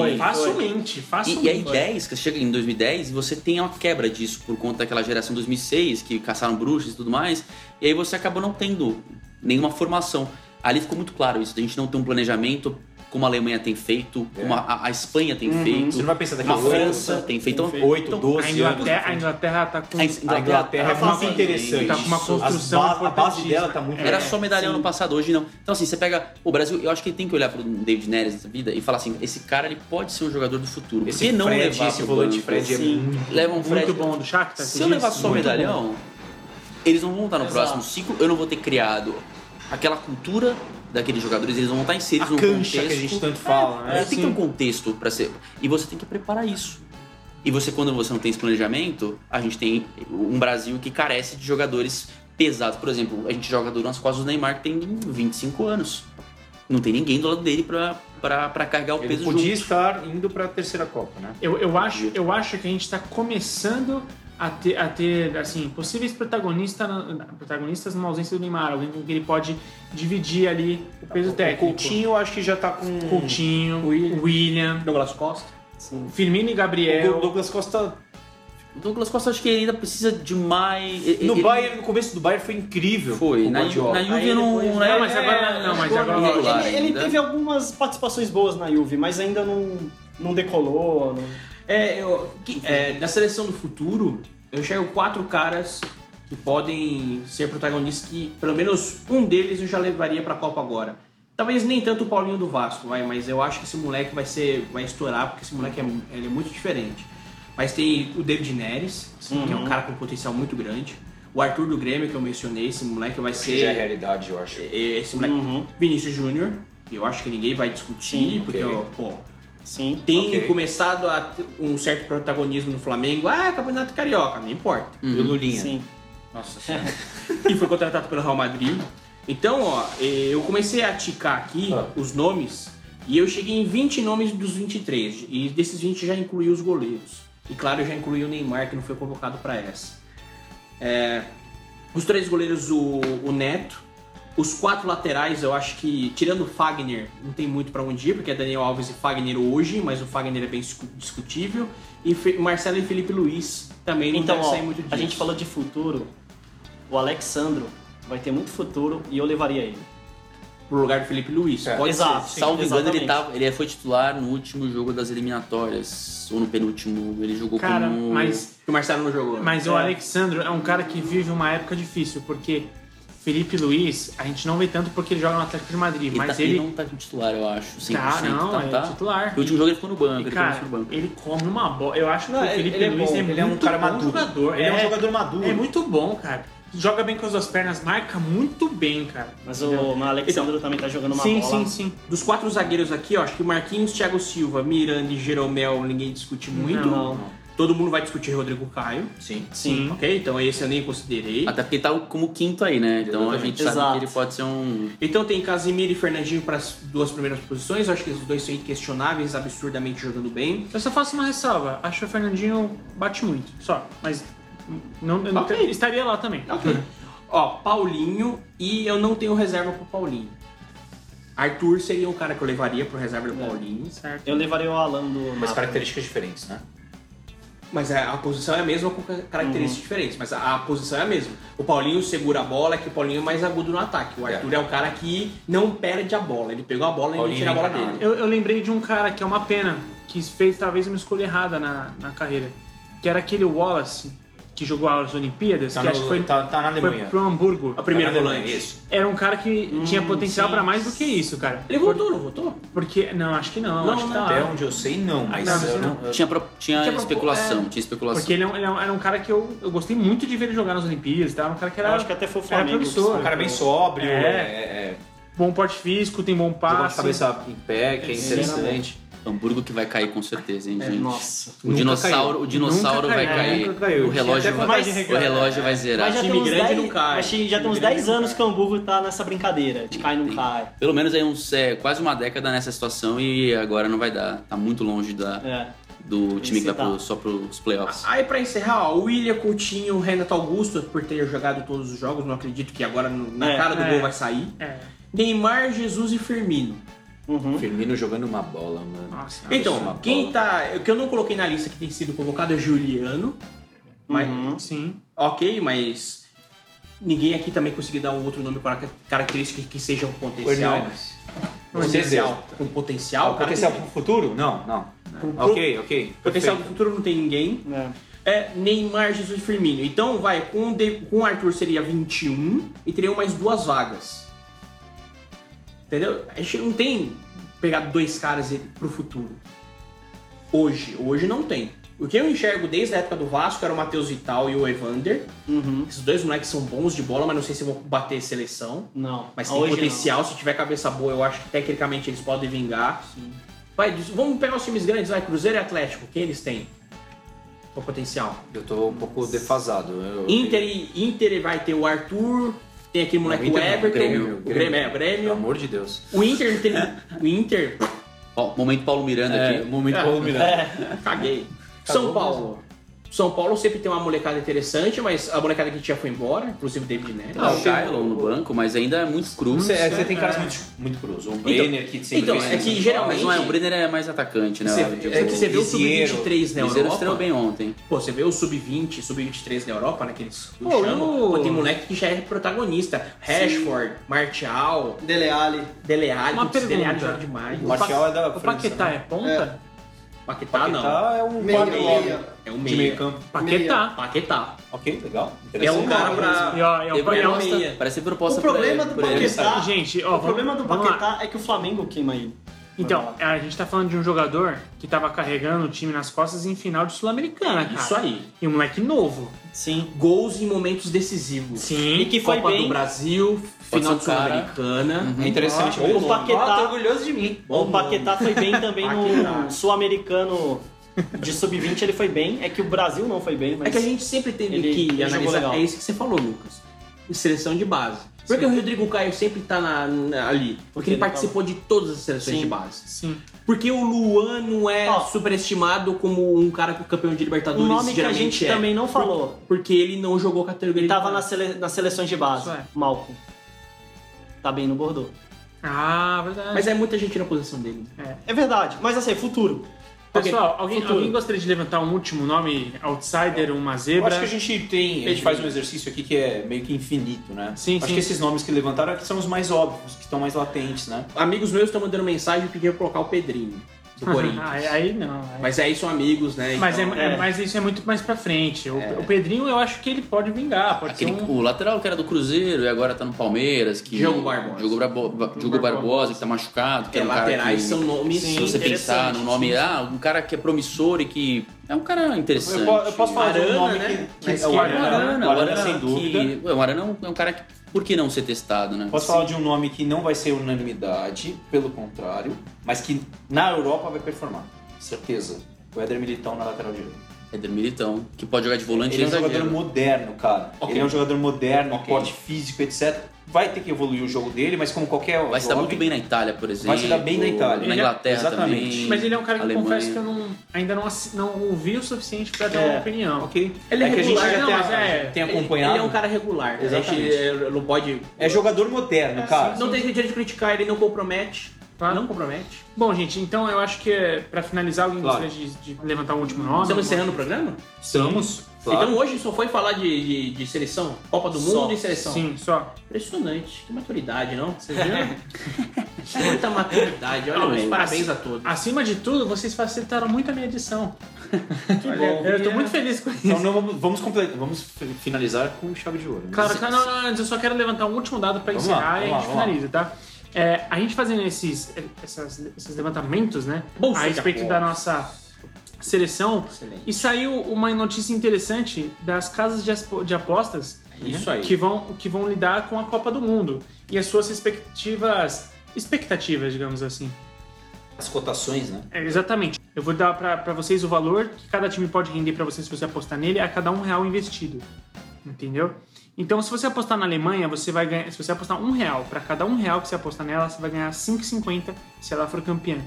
Speaker 2: facilmente,
Speaker 5: E,
Speaker 2: facilmente.
Speaker 5: e aí
Speaker 3: é
Speaker 5: 10, que chega em 2010, e você tem uma quebra disso por conta daquela geração 2006, que caçaram bruxas e tudo mais, e aí você acabou não tendo nenhuma formação. Ali ficou muito claro isso, a gente não tem um planejamento como a Alemanha tem feito,
Speaker 6: É.
Speaker 5: como a, a Espanha tem
Speaker 6: Uhum.
Speaker 5: feito,
Speaker 3: Uhum. Você não vai pensar daqui
Speaker 5: como
Speaker 3: a
Speaker 5: a França
Speaker 3: França,
Speaker 5: tem feito. Então,
Speaker 3: 8,
Speaker 5: então,
Speaker 3: 12
Speaker 2: A
Speaker 3: anos.
Speaker 2: Inglaterra, a Inglaterra tá com...
Speaker 5: a
Speaker 3: A Inglaterra é
Speaker 5: tá
Speaker 2: uma
Speaker 3: muito
Speaker 5: fazendo
Speaker 3: interessante.
Speaker 2: Tá com uma
Speaker 5: isso.
Speaker 2: construção
Speaker 3: As ba- a base
Speaker 2: importantíssima.
Speaker 3: dela tá muito
Speaker 5: Era
Speaker 3: legal.
Speaker 5: só medalhão no passado, hoje não. Então, assim, você pega. O Brasil, eu acho que ele tem que olhar pro David Neres nessa vida e falar assim: esse cara ele pode ser um jogador do futuro. Por que
Speaker 3: Esse
Speaker 5: não é
Speaker 3: Fred,
Speaker 5: levar
Speaker 3: esse
Speaker 5: pro
Speaker 3: volante
Speaker 5: banco?
Speaker 3: Fred é
Speaker 4: Sim.
Speaker 3: muito...
Speaker 5: Leva um Fred.
Speaker 2: Muito bom do Shakhtar.
Speaker 5: Se eu levar
Speaker 2: Isso,
Speaker 5: só
Speaker 2: muito bom.
Speaker 5: medalhão, eles não vão estar no
Speaker 4: Exato.
Speaker 5: próximo ciclo, eu não vou ter criado aquela cultura daqueles jogadores, eles vão estar inseridos
Speaker 3: A
Speaker 5: num
Speaker 3: cancha
Speaker 5: contexto.
Speaker 3: que a gente tanto fala,
Speaker 5: É,
Speaker 3: né?
Speaker 5: tem que ter um contexto para ser. E você tem que preparar isso. E você, quando você não tem esse planejamento, a gente tem um Brasil que carece de jogadores pesados. Por exemplo, a gente joga nas costas do Neymar que tem 25 anos. Não tem ninguém do lado dele pra, pra, pra carregar o
Speaker 3: Assim, Ele
Speaker 5: peso
Speaker 3: podia
Speaker 5: junto.
Speaker 3: estar indo pra terceira Copa, né?
Speaker 2: Eu, eu, acho, eu acho que a gente está começando a ter, a ter assim, possíveis protagonista, na- protagonistas numa ausência do Neymar, alguém com quem ele pode dividir ali o peso
Speaker 3: O
Speaker 2: técnico.
Speaker 3: Coutinho acho que já tá com...
Speaker 2: Coutinho,
Speaker 6: Willian.
Speaker 2: William,
Speaker 6: Douglas Costa.
Speaker 4: Sim.
Speaker 2: Firmino e
Speaker 3: É, O
Speaker 2: Gabriel.
Speaker 3: Douglas Costa
Speaker 5: O Douglas Costa, acho que ele ainda precisa de mais.
Speaker 3: No
Speaker 5: ele-
Speaker 3: Bayern, no começo do Bayern foi incrível.
Speaker 5: Foi.
Speaker 3: com o
Speaker 5: Na, Ju-
Speaker 3: Guardiola.
Speaker 5: na
Speaker 4: Aí
Speaker 5: Juve não.
Speaker 4: depois- né, é,
Speaker 5: não é-
Speaker 2: Não, mas agora não, mas agora
Speaker 5: Ele-
Speaker 2: não.
Speaker 5: lá
Speaker 4: Ele, ele
Speaker 5: ainda.
Speaker 4: teve algumas participações boas na Juve, mas ainda não, não decolou. não-
Speaker 6: É, eu, que- é, da seleção do futuro, eu enxergo quatro caras que podem ser protagonistas, que pelo menos um deles eu já levaria pra Copa agora. Talvez nem tanto o Paulinho do Vasco, vai, mas eu acho que esse moleque vai ser, vai estourar, porque esse moleque é, mu- ele é muito diferente. Mas tem o David Neres, que é
Speaker 3: Uhum.
Speaker 6: um cara com potencial muito grande. O Arthur do Grêmio, que eu mencionei, esse moleque vai
Speaker 3: Que já é Hum.
Speaker 6: ser
Speaker 3: realidade, eu acho.
Speaker 6: esse moleque. Vinícius Júnior, que eu acho que ninguém vai discutir,
Speaker 4: Sim,
Speaker 6: porque,
Speaker 3: ok.
Speaker 6: ó, pô,
Speaker 4: Sim.
Speaker 6: tem
Speaker 3: Ok.
Speaker 6: começado a ter um certo protagonismo no Flamengo. Ah, campeonato carioca, não importa.
Speaker 3: E o Lulinha.
Speaker 4: Sim.
Speaker 6: Nossa senhora. e foi contratado pelo Real Madrid. Então, ó, eh, eu comecei a ticar aqui
Speaker 3: Ah.
Speaker 6: os nomes e eu cheguei em 20 nomes dos 23. E desses 20 já incluí os goleiros. E claro, eu já incluí o Neymar, que não foi convocado para essa. É, os três goleiros, o, o Neto. Os quatro laterais, eu acho que, tirando o Fagner, não tem muito pra onde ir, porque é Daniel Alves e Fagner hoje, mas o Fagner é bem discu- discutível. E Fe- Marcelo e Felipe Luiz também não
Speaker 4: Então,
Speaker 6: deve
Speaker 4: ó,
Speaker 6: sair muito disso.
Speaker 4: a gente falou de futuro. O Alexandro vai ter muito futuro e eu levaria ele.
Speaker 6: pro lugar do Felipe Luiz.
Speaker 3: É.
Speaker 6: Pode
Speaker 4: Exato.
Speaker 6: ser.
Speaker 5: Salvo engano, ele, tá-
Speaker 4: Exatamente.
Speaker 5: tava, ele foi titular no último jogo das eliminatórias, ou no penúltimo. Ele jogou
Speaker 2: Cara,
Speaker 5: como.
Speaker 2: mas
Speaker 6: Que o Marcelo não jogou.
Speaker 2: Mas o Alexandro é um cara que vive uma época difícil, porque Felipe Luiz, a gente não vê tanto porque ele joga no Atlético de Madrid,
Speaker 5: Ele,
Speaker 2: mas
Speaker 5: tá- ele
Speaker 2: ele.
Speaker 5: não tá como titular, eu acho. 100%,
Speaker 2: Tá, não,
Speaker 5: tá,
Speaker 2: é
Speaker 5: tá.
Speaker 2: titular.
Speaker 5: O último jogo ele ficou no banco, ele
Speaker 2: cara,
Speaker 5: começou no banco.
Speaker 2: ele come uma bola. Eu acho que
Speaker 3: Não,
Speaker 2: o
Speaker 3: ele-
Speaker 2: Felipe
Speaker 3: ele é
Speaker 2: Luiz
Speaker 3: bom,
Speaker 2: é
Speaker 3: ele
Speaker 2: muito
Speaker 3: é um cara
Speaker 2: bom
Speaker 3: maduro.
Speaker 2: jogador.
Speaker 3: Ele é um jogador maduro.
Speaker 2: É muito bom, cara. Joga bem com as duas pernas, marca muito bem, cara.
Speaker 4: Mas o mas o Alexandro também tá jogando uma
Speaker 2: sim, sim,
Speaker 4: bola.
Speaker 2: sim.
Speaker 6: Dos quatro zagueiros aqui, ó, acho que Marquinhos, Thiago Silva, Miranda e Jeromel, ninguém discute muito.
Speaker 2: Não.
Speaker 6: Todo mundo vai discutir Rodrigo Caio.
Speaker 5: Sim.
Speaker 4: Sim.
Speaker 6: Ok? Então esse eu nem considerei.
Speaker 5: Até porque tá como quinto aí, né? Então a gente
Speaker 4: Exato.
Speaker 5: sabe que ele pode ser um.
Speaker 6: Então tem Casimiro e Fernandinho para as duas primeiras posições. Eu acho que os dois são inquestionáveis, absurdamente jogando bem.
Speaker 2: Eu só faço uma ressalva. Acho que o Fernandinho bate muito, só. Mas não, eu não
Speaker 6: Ok.
Speaker 2: te- estaria lá também.
Speaker 6: Ok. Ó, Paulinho e eu não tenho reserva pro Paulinho. Arthur seria um cara que eu levaria pro reserva do Paulinho.
Speaker 2: Certo.
Speaker 4: Eu levaria o Alan do
Speaker 3: Mas
Speaker 4: Napoli.
Speaker 3: características diferentes, né?
Speaker 6: Mas a, a posição é a mesma com ca- características
Speaker 3: Uhum.
Speaker 6: diferentes, mas a, a posição é a mesma. O Paulinho segura a bola, que o Paulinho é mais agudo no ataque. O
Speaker 3: É.
Speaker 6: Arthur é, um cara que não perde a bola. Ele pegou a bola e não
Speaker 3: Paulinho
Speaker 6: tira a bola
Speaker 3: encarnado.
Speaker 6: dele.
Speaker 2: Eu, eu lembrei de um cara que é uma pena, que fez talvez uma escolha errada na, na carreira. Que era aquele Wallace, que jogou as Olimpíadas,
Speaker 3: Tá,
Speaker 2: que acho que
Speaker 3: no,
Speaker 2: foi,
Speaker 3: tá, tá na
Speaker 2: foi
Speaker 3: Alemanha.
Speaker 2: pro Hamburgo.
Speaker 6: A primeira
Speaker 3: Tá na
Speaker 6: volante.
Speaker 3: Alemanha, isso.
Speaker 2: Era um cara que tinha potencial pra mais do que isso, cara.
Speaker 6: Ele voltou, não voltou?
Speaker 2: Porque. Não, acho que não.
Speaker 6: Não,
Speaker 2: acho que
Speaker 6: não.
Speaker 2: tá
Speaker 3: Até
Speaker 2: lá.
Speaker 3: onde eu sei, não, mas
Speaker 2: não, mas
Speaker 3: eu
Speaker 2: não.
Speaker 3: não. eu-
Speaker 5: Tinha, pro- tinha,
Speaker 2: Tinha pro-
Speaker 5: especulação,
Speaker 2: é.
Speaker 5: tinha especulação.
Speaker 2: Porque ele, é um- ele é um- era um cara que eu, eu gostei muito de ver ele jogar nas Olimpíadas, tá? Era um cara que
Speaker 4: Eu
Speaker 2: era
Speaker 4: acho que é- até foi o
Speaker 2: era
Speaker 4: Flamengo. que
Speaker 2: promissor.
Speaker 4: se
Speaker 3: Um cara bem
Speaker 4: colocou.
Speaker 3: sóbrio,
Speaker 2: É.
Speaker 3: é, é,
Speaker 2: bom porte físico, tem bom
Speaker 3: jogou de
Speaker 2: passe.
Speaker 3: cabeça em pé, que é
Speaker 4: Sim.
Speaker 3: interessante.
Speaker 5: Hamburgo que vai cair com certeza, hein,
Speaker 4: É,
Speaker 5: gente?
Speaker 4: Nossa.
Speaker 5: O dinossauro, o dinossauro
Speaker 2: Nunca
Speaker 5: vai
Speaker 2: caiu,
Speaker 5: cair.
Speaker 3: nunca caiu.
Speaker 5: O relógio
Speaker 3: Tinha até
Speaker 5: vai,
Speaker 3: vontade de
Speaker 5: o
Speaker 3: regar.
Speaker 5: relógio vai zerar.
Speaker 4: Mas já
Speaker 6: Time
Speaker 4: tem uns
Speaker 6: grande
Speaker 4: 10
Speaker 6: não cai.
Speaker 4: Acho que já tem
Speaker 6: Time
Speaker 4: uns
Speaker 6: grande
Speaker 4: 10
Speaker 6: não
Speaker 4: anos
Speaker 6: cai.
Speaker 4: que o Hamburgo tá nessa brincadeira de cai não cai.
Speaker 5: Pelo menos aí uns é, quase uma década nessa situação e agora não vai dar. Tá muito longe da,
Speaker 4: É.
Speaker 5: do time que vai
Speaker 4: Sim, tá.
Speaker 5: pro, só pros playoffs.
Speaker 6: Aí pra encerrar, ó, o William Coutinho, o Renato Augusto, por ter jogado todos os jogos, não acredito que agora no- na
Speaker 4: É,
Speaker 6: cara do
Speaker 2: é.
Speaker 6: gol vai sair.
Speaker 2: É.
Speaker 6: Neymar, Jesus e Firmino.
Speaker 4: Uhum.
Speaker 3: Firmino jogando uma bola, mano.
Speaker 2: Nossa.
Speaker 3: uma
Speaker 6: Então, quem
Speaker 3: bola.
Speaker 6: tá. O que eu não coloquei na lista que tem sido convocado é Juliano. Mas,
Speaker 4: Uhum.
Speaker 2: Sim.
Speaker 6: Ok, mas ninguém aqui também conseguiu dar um outro nome para ca- característica que seja um potencial.
Speaker 3: Fernandes.
Speaker 6: Um
Speaker 3: Você
Speaker 6: potencial.
Speaker 3: exalta.
Speaker 6: Um
Speaker 3: Ah,
Speaker 6: potencial.
Speaker 3: o
Speaker 6: cara,
Speaker 3: potencial
Speaker 6: tem-
Speaker 3: pro futuro? Não, não.
Speaker 6: pro- pro-
Speaker 3: Ok, ok.
Speaker 6: Potencial do
Speaker 3: perfeito.
Speaker 6: futuro não tem ninguém.
Speaker 4: É.
Speaker 6: É Neymar, Jesus e Firmino. Então, vai, com o, De- com o Arthur seria 21 e teriam mais duas vagas. Entendeu? A gente não tem pegado dois caras e- pro futuro. Hoje, hoje não tem. O que eu enxergo desde a época do Vasco era o Matheus Vital e o Evander.
Speaker 4: Uhum.
Speaker 6: Esses dois moleques são bons de bola, mas não sei se vão bater seleção.
Speaker 4: Não. Ah,
Speaker 6: Mas tem
Speaker 4: hoje
Speaker 6: potencial, se tiver cabeça boa, eu acho que tecnicamente eles podem vingar.
Speaker 4: Sim.
Speaker 6: Vai, diz- vamos pegar os times grandes, vai, Cruzeiro e Atlético, quem eles têm? O potencial.
Speaker 3: Eu tô um pouco defasado. eu-
Speaker 6: Inter, e- Inter vai ter o Arthur, tem aquele
Speaker 3: Não,
Speaker 6: moleque o
Speaker 3: Inter não,
Speaker 6: Everton,
Speaker 3: Grêmio,
Speaker 6: o Grêmio, é, o
Speaker 3: Pelo
Speaker 6: Grêmio.
Speaker 3: amor de Deus.
Speaker 6: O Inter tem. O Inter.
Speaker 5: Ó, momento Paulo Miranda
Speaker 3: É,
Speaker 5: aqui.
Speaker 3: momento Paulo Miranda.
Speaker 6: É. Caguei. São
Speaker 3: Cagou
Speaker 6: Paulo. São Paulo sempre tem uma molecada interessante, mas a molecada que tinha foi embora, inclusive o David Neres.
Speaker 5: Ah,
Speaker 3: Não,
Speaker 5: o Shailon no banco, mas ainda é muito cru.
Speaker 3: Você, é, você tem caras muito, muito cruz. O Brenner que sempre
Speaker 6: então,
Speaker 3: vem
Speaker 6: é que
Speaker 3: nessa
Speaker 5: Mas
Speaker 6: geralmente-
Speaker 5: não é, o Brenner é mais atacante, né?
Speaker 6: Você-
Speaker 5: Tipo,
Speaker 6: é que você vê o
Speaker 3: Lisieiro.
Speaker 6: Sub-23 na
Speaker 5: o Cruzeiro estreou
Speaker 6: Europa.
Speaker 5: bem ontem.
Speaker 6: Pô, você vê o Sub-20, Sub-23 na Europa, naqueles que
Speaker 2: Pô,
Speaker 6: chamam.
Speaker 2: eu-
Speaker 6: Pô, tem moleque que já é protagonista. Rashford, Martial,
Speaker 4: Dele Alli.
Speaker 6: Dele Alli.
Speaker 2: Uma
Speaker 6: putz, Dele Alli
Speaker 2: pergunta.
Speaker 6: joga demais.
Speaker 3: O Martial é da
Speaker 2: O
Speaker 3: França,
Speaker 2: Paquetá
Speaker 3: né?
Speaker 2: é ponta?
Speaker 6: Paquetá,
Speaker 3: Paquetá
Speaker 6: Ah, não.
Speaker 3: é um
Speaker 4: Meia,
Speaker 3: quatro nove
Speaker 4: meia.
Speaker 6: É o
Speaker 3: de
Speaker 6: meia.
Speaker 3: meio campo.
Speaker 2: Paquetá.
Speaker 6: Paquetá.
Speaker 3: Ok, legal.
Speaker 6: É um
Speaker 3: Interessante.
Speaker 6: cara pra...
Speaker 2: E, ó, e, ó,
Speaker 5: Teve
Speaker 2: o- e,
Speaker 6: Paquetá-
Speaker 2: ó,
Speaker 5: proposta-
Speaker 6: meia.
Speaker 5: Parece proposta
Speaker 4: O problema
Speaker 5: por,
Speaker 4: do
Speaker 5: por ele.
Speaker 4: Paquetá-
Speaker 2: Tá. Gente, ó,
Speaker 4: o problema do
Speaker 2: vamos lá.
Speaker 4: Paquetá é que o Flamengo queima ele.
Speaker 2: Então, a gente tá falando de um jogador que tava carregando o time nas costas em final de Sul-Americana, cara.
Speaker 6: Isso aí.
Speaker 2: E um moleque novo.
Speaker 4: Sim.
Speaker 6: Gols em momentos decisivos.
Speaker 2: Sim.
Speaker 4: E que foi
Speaker 6: Copa do
Speaker 4: bem.
Speaker 6: Brasil, final
Speaker 5: ser um
Speaker 6: de Sul-Americana.
Speaker 5: Uhum.
Speaker 6: Uhum.
Speaker 3: É interessante.
Speaker 4: Ó, o Paquetá-
Speaker 3: Ó, tô orgulhoso de mim.
Speaker 4: O Paquetá foi bem também
Speaker 6: Paquetá.
Speaker 4: no Sul-Americano de Sub-20, ele foi bem. É que o Brasil não foi bem, mas.
Speaker 6: É que a gente sempre teve
Speaker 4: Ele-
Speaker 6: que
Speaker 4: ele jogou
Speaker 6: analisar.
Speaker 4: legal.
Speaker 6: É isso que você falou, Lucas. Seleção de base. Porque o Rodrigo Caio sempre tá na- na- ali. Porque ele,
Speaker 4: Ele
Speaker 6: participou de todas as seleções
Speaker 4: Sim.
Speaker 6: de base.
Speaker 2: Sim.
Speaker 6: Porque o Luan não é
Speaker 4: Ó.
Speaker 6: superestimado como um cara campeão de
Speaker 4: Um
Speaker 6: Libertadores.
Speaker 4: nome que a
Speaker 6: geralmente
Speaker 4: gente
Speaker 6: é.
Speaker 4: também não falou.
Speaker 6: Porque ele é. não jogou categoria.
Speaker 4: Ele
Speaker 6: de
Speaker 4: tava
Speaker 6: base.
Speaker 4: nas, sele... nas seleções de base.
Speaker 2: Isso é.
Speaker 4: Malcolm. Tá bem no Bordeaux.
Speaker 2: Ah, verdade.
Speaker 6: Mas é muita gente na posição dele.
Speaker 4: É verdade, mas assim, futuro.
Speaker 2: Pessoal, alguém,
Speaker 4: futuro.
Speaker 2: alguém gostaria de levantar um último nome? Outsider, uma
Speaker 3: Eu
Speaker 2: zebra?
Speaker 3: acho que a gente tem, a gente faz um exercício aqui que é meio que infinito, né?
Speaker 2: Sim,
Speaker 3: acho
Speaker 2: sim.
Speaker 3: que esses nomes que levantaram é que são os mais óbvios, que estão mais latentes, né?
Speaker 6: Amigos meus estão mandando mensagem pedindo pra colocar o Pedrinho, do Corinthians.
Speaker 2: Ah, aí, aí não. aí-
Speaker 6: Mas aí são amigos, né?
Speaker 2: Mas, é,
Speaker 6: Então,
Speaker 2: é-
Speaker 4: é.
Speaker 2: mas isso é muito mais pra frente. O,
Speaker 3: É.
Speaker 2: o Pedrinho, eu acho que ele pode vingar, pode
Speaker 5: Aquele,
Speaker 2: ser um...
Speaker 5: O lateral que era do Cruzeiro e agora tá no Palmeiras. Que
Speaker 6: Diogo Barbosa.
Speaker 5: Diogo, Brabo- Ba- Diogo Barbosa, que tá machucado. Que
Speaker 6: é,
Speaker 5: era um cara
Speaker 6: laterais
Speaker 5: que-
Speaker 6: são nomes.
Speaker 5: Se você pensar no nome, ah, um cara que é promissor e que é um cara interessante.
Speaker 3: Eu, po- eu posso falar de
Speaker 6: Arana,
Speaker 3: um nome
Speaker 6: né?
Speaker 3: que,
Speaker 6: Na
Speaker 3: que é
Speaker 6: esquerda.
Speaker 3: o
Speaker 5: O
Speaker 3: Arana,
Speaker 5: Arana,
Speaker 3: o
Speaker 5: o
Speaker 3: Arana,
Speaker 5: Arana
Speaker 3: sem dúvida.
Speaker 5: que- Ué, o Arana é um, é um cara que, por que não ser testado, né?
Speaker 3: Posso falar de um nome que não vai ser unanimidade, pelo contrário, mas que na Europa vai performar. Certeza. O Éder é Militão na lateral direita.
Speaker 5: Éder É Militão, que pode jogar de volante
Speaker 3: Ele é um
Speaker 5: zagueiro.
Speaker 3: jogador moderno, cara.
Speaker 5: Ok.
Speaker 3: Ele é um jogador moderno,
Speaker 5: Ok.
Speaker 3: porte físico, etc. Vai ter que evoluir o jogo dele, mas como qualquer
Speaker 5: Vai se dar
Speaker 3: jovem,
Speaker 5: tá muito bem na Itália, por exemplo.
Speaker 3: Vai se dar bem na Itália.
Speaker 5: Na
Speaker 2: Ele é-
Speaker 5: Inglaterra
Speaker 3: exatamente.
Speaker 5: também.
Speaker 2: Mas ele é um cara que eu
Speaker 5: Alemanha.
Speaker 2: confesso que eu não- ainda não, assi- não ouvi o suficiente pra dar
Speaker 4: É.
Speaker 2: uma opinião.
Speaker 3: Ok.
Speaker 6: Ele é
Speaker 3: que a gente
Speaker 6: regular,
Speaker 3: já
Speaker 2: não,
Speaker 3: tem,
Speaker 2: mas é-
Speaker 3: tem
Speaker 6: Ele-
Speaker 3: acompanhado.
Speaker 6: Ele é um cara regular. né?
Speaker 3: Exatamente.
Speaker 6: A gente, eh, não pode.
Speaker 3: É jogador moderno,
Speaker 2: É,
Speaker 3: cara.
Speaker 2: sim.
Speaker 6: Não tem jeito de criticar, ele não compromete.
Speaker 4: Tá.
Speaker 2: Claro.
Speaker 6: Não compromete.
Speaker 2: tá? Bom, gente, então eu acho que é, pra finalizar, alguém
Speaker 3: Claro.
Speaker 2: gostaria de, de levantar o último
Speaker 4: Tá.
Speaker 2: nome?
Speaker 6: Estamos tá encerrando o programa?
Speaker 3: Estamos. Claro.
Speaker 6: Então hoje só foi falar de, de, de seleção, Copa do
Speaker 4: Só.
Speaker 6: Mundo e seleção.
Speaker 2: Sim, só.
Speaker 6: Impressionante, que maturidade, não?
Speaker 2: Você viu?
Speaker 6: Muita maturidade, olha,
Speaker 5: Não,
Speaker 6: mas
Speaker 5: é-
Speaker 6: parabéns a todos.
Speaker 2: Acima de tudo, vocês facilitaram muito a minha edição.
Speaker 3: Que bom.
Speaker 2: eu tô muito feliz com isso.
Speaker 3: Então não vamos, vamos, comple- vamos fi- finalizar com chave de ouro. né?
Speaker 2: Claro, não, não, antes eu só quero levantar um último dado pra
Speaker 3: Vamos
Speaker 2: encerrar
Speaker 3: lá,
Speaker 2: e a
Speaker 3: vamos
Speaker 2: gente
Speaker 3: lá,
Speaker 2: finaliza, tá? É, a gente fazendo esses, essas- esses levantamentos, né?
Speaker 6: Bolsa
Speaker 2: a
Speaker 6: de
Speaker 2: respeito
Speaker 6: aposta.
Speaker 2: da nossa seleção.
Speaker 6: Excelente.
Speaker 2: E saiu uma notícia interessante das casas de aspo- de apostas né?
Speaker 3: Isso aí.
Speaker 2: que vão, que vão lidar com a Copa do Mundo e as suas respectivas expectativas, digamos assim.
Speaker 3: As cotações, né?
Speaker 2: É, exatamente. Eu vou dar pra pra vocês o valor que cada time pode render pra você se você apostar nele a cada um real investido. Entendeu? Então, se você apostar na Alemanha, você vai ganhar. Se você apostar um real pra cada um real que você apostar nela, você vai ganhar 5,50 se ela for campeã.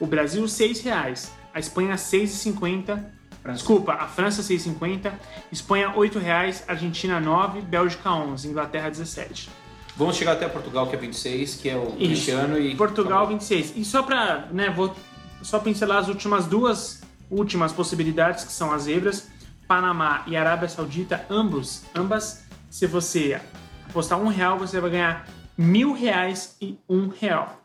Speaker 2: O Brasil, 6 reais. A Espanha, 6,50. Desculpa, a França 6,50, Espanha 8 reais, Argentina 9, Bélgica 11, Inglaterra 17.
Speaker 3: Vamos chegar até Portugal, que é 26, que é o
Speaker 2: Isso.
Speaker 3: Cristiano e.
Speaker 2: Portugal
Speaker 3: Acabou.
Speaker 2: 26. E só pra, né, vou só pincelar as últimas duas últimas possibilidades que são as zebras, Panamá e Arábia Saudita, ambos, ambas, se você apostar um real, você vai ganhar mil reais e um real.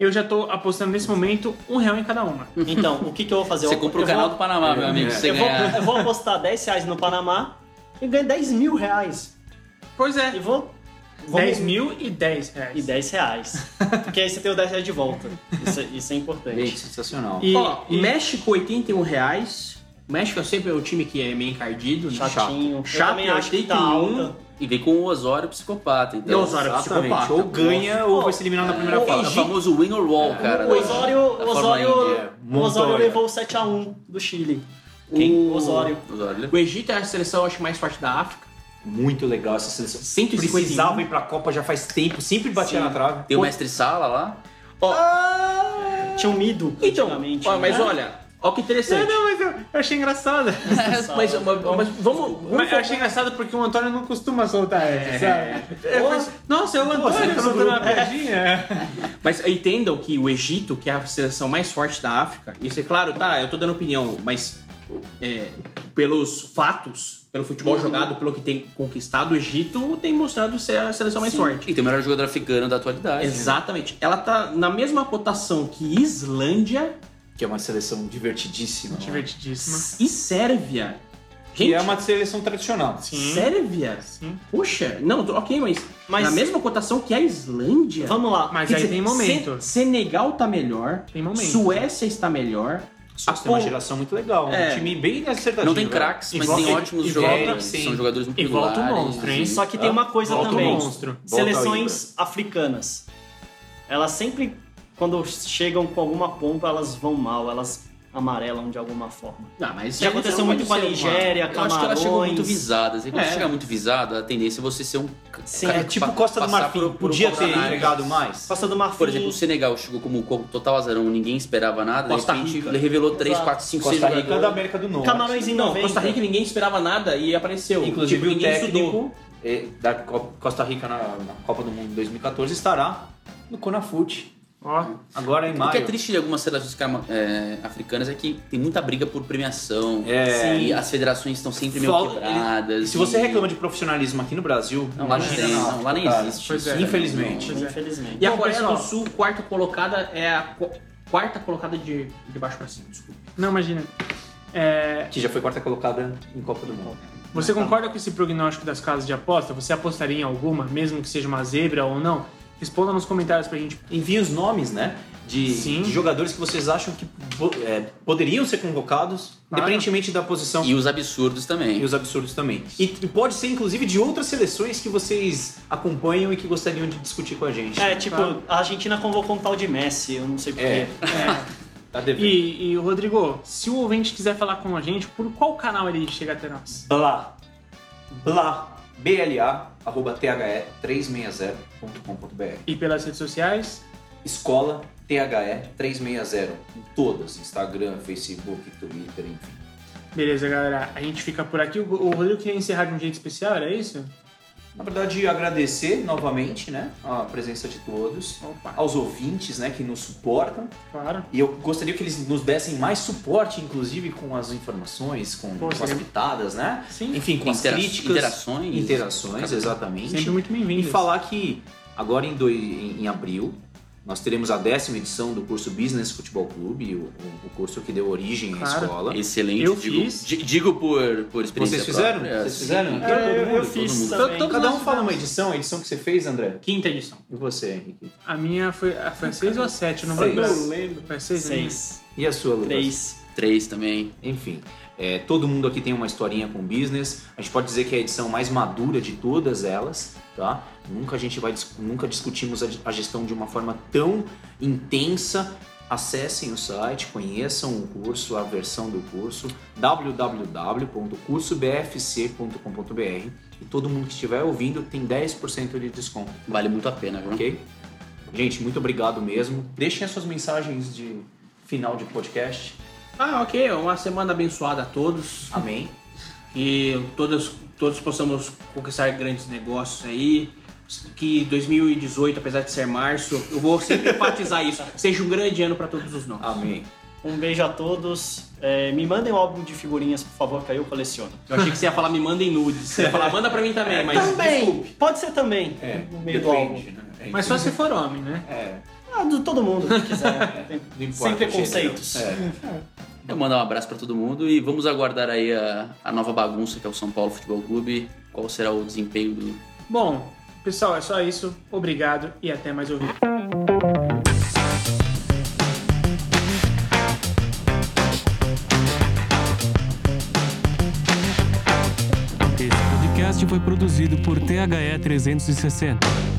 Speaker 2: Eu já tô apostando nesse momento um real em cada uma.
Speaker 4: Então, o que, que eu vou fazer?
Speaker 5: Você
Speaker 4: Eu-
Speaker 5: compra o
Speaker 4: eu
Speaker 5: canal
Speaker 4: vou-
Speaker 5: do Panamá, meu amigo.
Speaker 3: É.
Speaker 5: se Você
Speaker 4: eu vou,
Speaker 5: ganhar.
Speaker 4: eu vou apostar 10 reais no Panamá e ganho 10 mil reais.
Speaker 2: Pois
Speaker 4: E
Speaker 2: é.
Speaker 4: vou. vou
Speaker 2: 10 mil e 10 reais.
Speaker 4: E 10 reais. Porque aí você tem o 10 reais de volta. Isso, é- isso é importante.
Speaker 3: Gente, sensacional.
Speaker 2: E-
Speaker 6: Ó,
Speaker 2: e-
Speaker 6: México, 81 reais. O México é sempre o time que é meio encardido, né?
Speaker 4: Chatinho. Eu
Speaker 6: Chato,
Speaker 4: também acho que tá
Speaker 6: 81.
Speaker 4: alta.
Speaker 5: E vem com o Osório psicopata, então.
Speaker 6: Não, Osório psicopata.
Speaker 3: Ou ganha ou vai ser eliminado na primeira
Speaker 5: É o
Speaker 3: fase.
Speaker 5: famoso win or wall, cara.
Speaker 4: O
Speaker 5: né?
Speaker 4: Osório,
Speaker 5: Da
Speaker 4: o
Speaker 5: Fórmula
Speaker 4: Osório,
Speaker 5: Indy.
Speaker 3: Indy, é.
Speaker 4: o Osório
Speaker 3: Montoya.
Speaker 4: levou o 7x1 do Chile.
Speaker 6: Quem?
Speaker 4: O Osório.
Speaker 5: Osório, né?
Speaker 6: O Egito é a seleção, acho, mais forte da África.
Speaker 3: Muito legal essa seleção.
Speaker 6: 151.
Speaker 3: Precisava ir pra Copa já faz tempo, sempre batia
Speaker 4: Sim.
Speaker 3: na trave.
Speaker 5: Tem o mestre Sala lá.
Speaker 4: Tinha um Mido
Speaker 6: Ah, Então,
Speaker 4: antigamente.
Speaker 6: ó, mas
Speaker 4: né?
Speaker 6: olha, ó que interessante.
Speaker 2: Não, mas eu, eu achei engraçado.
Speaker 6: mas, mas- mas vamos... vamos
Speaker 2: Mas eu achei engraçado porque o Antônio não costuma soltar essa, sabe? É, mas- Nossa, é o Antônio
Speaker 6: tá
Speaker 2: que soltou uma piadinha.
Speaker 6: Mas entendam que o Egito, que é a seleção mais forte da África, isso é claro, tá, eu tô dando opinião, mas é, pelos fatos, pelo futebol
Speaker 2: Uhum.
Speaker 6: jogado, pelo que tem conquistado, o Egito tem mostrado ser a seleção mais forte.
Speaker 5: E tem o melhor jogador africano da atualidade. né?
Speaker 6: Exatamente. Ela tá na mesma cotação que Islândia
Speaker 3: Que é uma seleção divertidíssima.
Speaker 2: Divertidíssima.
Speaker 6: e Sérvia.
Speaker 3: Que
Speaker 6: Gente,
Speaker 3: é uma seleção tradicional.
Speaker 2: Sim.
Speaker 6: Sérvia?
Speaker 2: Sim.
Speaker 6: Poxa, não, tô- ok, mas,
Speaker 4: Mas-
Speaker 6: na mesma cotação que a Islândia.
Speaker 4: Vamos lá.
Speaker 2: Mas
Speaker 6: Quer
Speaker 2: aí
Speaker 6: dizer,
Speaker 2: tem momento.
Speaker 6: Se- Senegal tá melhor.
Speaker 2: Tem momento.
Speaker 6: Suécia está melhor.
Speaker 3: Só que tem uma geração muito legal.
Speaker 6: É.
Speaker 3: Um time bem acertadinho.
Speaker 5: Não tem
Speaker 3: velho.
Speaker 5: craques,
Speaker 2: E
Speaker 5: mas
Speaker 2: volta-
Speaker 5: tem ótimos
Speaker 2: e volta-
Speaker 5: jogadores.
Speaker 3: sim.
Speaker 5: São jogadores muito
Speaker 2: E volta o
Speaker 5: regulares,
Speaker 2: monstro, hein?
Speaker 5: assim.
Speaker 4: Só que tem uma coisa
Speaker 2: Volta o
Speaker 4: também.
Speaker 2: monstro.
Speaker 3: Volta o
Speaker 4: Seleções africanas. Elas sempre, quando chegam com alguma pompa, elas vão mal, elas amarelam de alguma forma.
Speaker 6: Ah, mas
Speaker 4: Já aconteceu muito com a Nigéria,
Speaker 5: Eu acho que elas chegam muito
Speaker 4: Camarões.
Speaker 5: visadas. E quando
Speaker 6: É.
Speaker 5: chegar muito visada, a tendência é você ser um. ca-
Speaker 4: Sim,
Speaker 5: ca-
Speaker 3: É tipo
Speaker 5: pa-
Speaker 3: Costa do
Speaker 5: passar
Speaker 3: Marfim.
Speaker 5: por- por um
Speaker 3: Podia ter
Speaker 5: Palmeiras.
Speaker 3: entregado mais.
Speaker 4: Costa do Marfim.
Speaker 5: Por exemplo, o Senegal chegou como co- total azarão, ninguém esperava nada,
Speaker 6: Costa
Speaker 5: de repente
Speaker 6: Rica.
Speaker 5: ele revelou 3,
Speaker 4: Exato.
Speaker 5: 4, 5, 6
Speaker 3: Costa Rica é
Speaker 5: jogadores.
Speaker 3: da América do Norte.
Speaker 5: Tá,
Speaker 4: Camarões em
Speaker 6: Não,
Speaker 4: 90.
Speaker 6: Costa Rica É ninguém esperava nada e apareceu.
Speaker 3: Inclusive
Speaker 6: Tipo,
Speaker 3: o
Speaker 6: ninguém estudou.
Speaker 3: técnico eh, da Co- Costa Rica na, na Copa do Mundo 2014 estará no Conafute.
Speaker 2: Ó,
Speaker 3: Agora em
Speaker 5: O que é
Speaker 3: maio.
Speaker 5: triste de algumas seleções cama- é, africanas é que tem muita briga por premiação.
Speaker 3: É.
Speaker 5: E as federações estão sempre meio
Speaker 3: Falta-
Speaker 5: quebradas.
Speaker 3: ele- Se você
Speaker 5: e-
Speaker 3: reclama de profissionalismo aqui no Brasil,
Speaker 5: assim. Não, lá não
Speaker 3: imagina
Speaker 5: tem,
Speaker 3: na
Speaker 5: não,
Speaker 3: África,
Speaker 5: lá nem
Speaker 3: cara.
Speaker 5: existe
Speaker 2: Pois
Speaker 5: isso,
Speaker 2: é.
Speaker 5: né?
Speaker 3: Infelizmente.
Speaker 2: Pois é.
Speaker 4: Infelizmente.
Speaker 6: E a
Speaker 2: Bom,
Speaker 6: Coreia
Speaker 2: pessoal.
Speaker 6: do Sul, quarta colocada, é a qu- quarta colocada de, de baixo pra cima, desculpa.
Speaker 2: não imagina. É,
Speaker 3: Que já foi quarta colocada em Copa do Mundo.
Speaker 2: você concorda com esse prognóstico das casas de aposta? Você apostaria em alguma, mesmo que seja uma zebra ou não? Responda nos comentários pra gente.
Speaker 3: Envie os nomes, né? De,
Speaker 2: Sim.
Speaker 3: de jogadores que vocês acham que po- é, poderiam ser convocados,
Speaker 2: Claro.
Speaker 3: independentemente da posição
Speaker 5: E os absurdos também.
Speaker 3: e os absurdos também. E, e pode ser, inclusive, de outras seleções que vocês acompanham e que gostariam de discutir com a gente.
Speaker 4: É, tipo, a Argentina convocou um tal de Messi, eu não sei porquê.
Speaker 3: É. Tá devendo.
Speaker 2: E, e, Rodrigo, se o ouvinte quiser falar com a gente, por qual canal ele chega até nós?
Speaker 3: Blá. Blá. BLA, arroba THE360.com.br.
Speaker 2: E pelas redes sociais?
Speaker 3: Escola THE360. Em todas. Instagram, Facebook, Twitter, enfim.
Speaker 2: Beleza, galera. A gente fica por aqui. O o Rodrigo queria encerrar de um jeito especial, era isso?
Speaker 3: Na verdade, agradecer novamente né, a presença de todos,
Speaker 2: Opa,
Speaker 3: aos ouvintes né, que nos suportam.
Speaker 2: claro.
Speaker 3: E eu gostaria que eles nos dessem mais suporte, inclusive, com as informações, com,
Speaker 2: Pô,
Speaker 3: com as
Speaker 2: seria-
Speaker 3: pitadas, né?
Speaker 2: Sim,
Speaker 3: Enfim, com as
Speaker 5: Intera-
Speaker 3: críticas.
Speaker 5: interações.
Speaker 3: Interações, exatamente.
Speaker 2: sempre muito
Speaker 3: E
Speaker 2: bem-vindo.
Speaker 3: falar que agora em, doi- em- em abril nós teremos a décima edição do curso Business Futebol Clube, o, o- o curso que deu origem à
Speaker 2: Claro.
Speaker 3: escola.
Speaker 5: Excelente,
Speaker 2: Eu
Speaker 5: digo,
Speaker 2: fiz.
Speaker 5: di- digo por, por experiência
Speaker 3: Vocês fizeram?
Speaker 5: própria. assim,
Speaker 3: Vocês fizeram?
Speaker 5: Sim.
Speaker 3: É, todo
Speaker 4: eu,
Speaker 3: mundo,
Speaker 4: eu fiz
Speaker 5: todo mundo.
Speaker 4: também.
Speaker 2: Todo- todo-
Speaker 3: Cada um fala uma edição, a edição que você fez, André.
Speaker 6: Quinta edição.
Speaker 3: E você, Henrique?
Speaker 2: A minha foi, a foi a 6 ou a 7? Não vou
Speaker 3: Seis.
Speaker 2: lembrar.
Speaker 4: Não lembro.
Speaker 2: Foi a 6?
Speaker 4: Seis,
Speaker 3: E a sua, Lucas?
Speaker 4: três.
Speaker 5: Três também.
Speaker 3: Enfim, é, todo mundo aqui tem uma historinha com business. A gente pode dizer que é a edição mais madura de todas elas, tá? Nunca a gente vai dis- nunca discutimos a, a gestão de uma forma tão intensa. Acessem o site, conheçam o curso, a versão do curso www.cursobfc.com.br e todo mundo que estiver ouvindo tem 10% de desconto,
Speaker 5: Vale muito a pena, viu?
Speaker 3: ok? Gente, muito obrigado mesmo. Deixem as suas mensagens de final de podcast.
Speaker 6: Ah, ok. Uma semana abençoada a todos.
Speaker 3: Amém.
Speaker 6: Que todos, todos possamos conquistar grandes negócios aí. Que 2018, apesar de ser março, eu vou sempre enfatizar isso. Seja um grande ano para todos os nós.
Speaker 3: Amém.
Speaker 4: Um beijo a todos. É, me mandem um álbum de figurinhas, por favor, que aí eu coleciono.
Speaker 6: Eu achei que você ia falar, me mandem nudes. Você ia falar, manda pra mim também, mas.
Speaker 4: Desculpe. Pode ser também. Um no meio do álbum.
Speaker 3: depende, né? É,
Speaker 2: Mas só se for homem, né?
Speaker 3: é,
Speaker 4: Ah, do todo mundo que quiser. Tem-
Speaker 3: não importa
Speaker 4: Sem
Speaker 3: o gênero.
Speaker 4: preconceitos.
Speaker 3: É.
Speaker 5: Eu mandar um abraço pra todo mundo e vamos aguardar aí a, a nova bagunça que é o São Paulo Futebol Clube. Qual será o desempenho do,
Speaker 2: Bom, pessoal, é só isso. Obrigado e até mais ouvir.
Speaker 1: Esse podcast foi produzido por THE 360.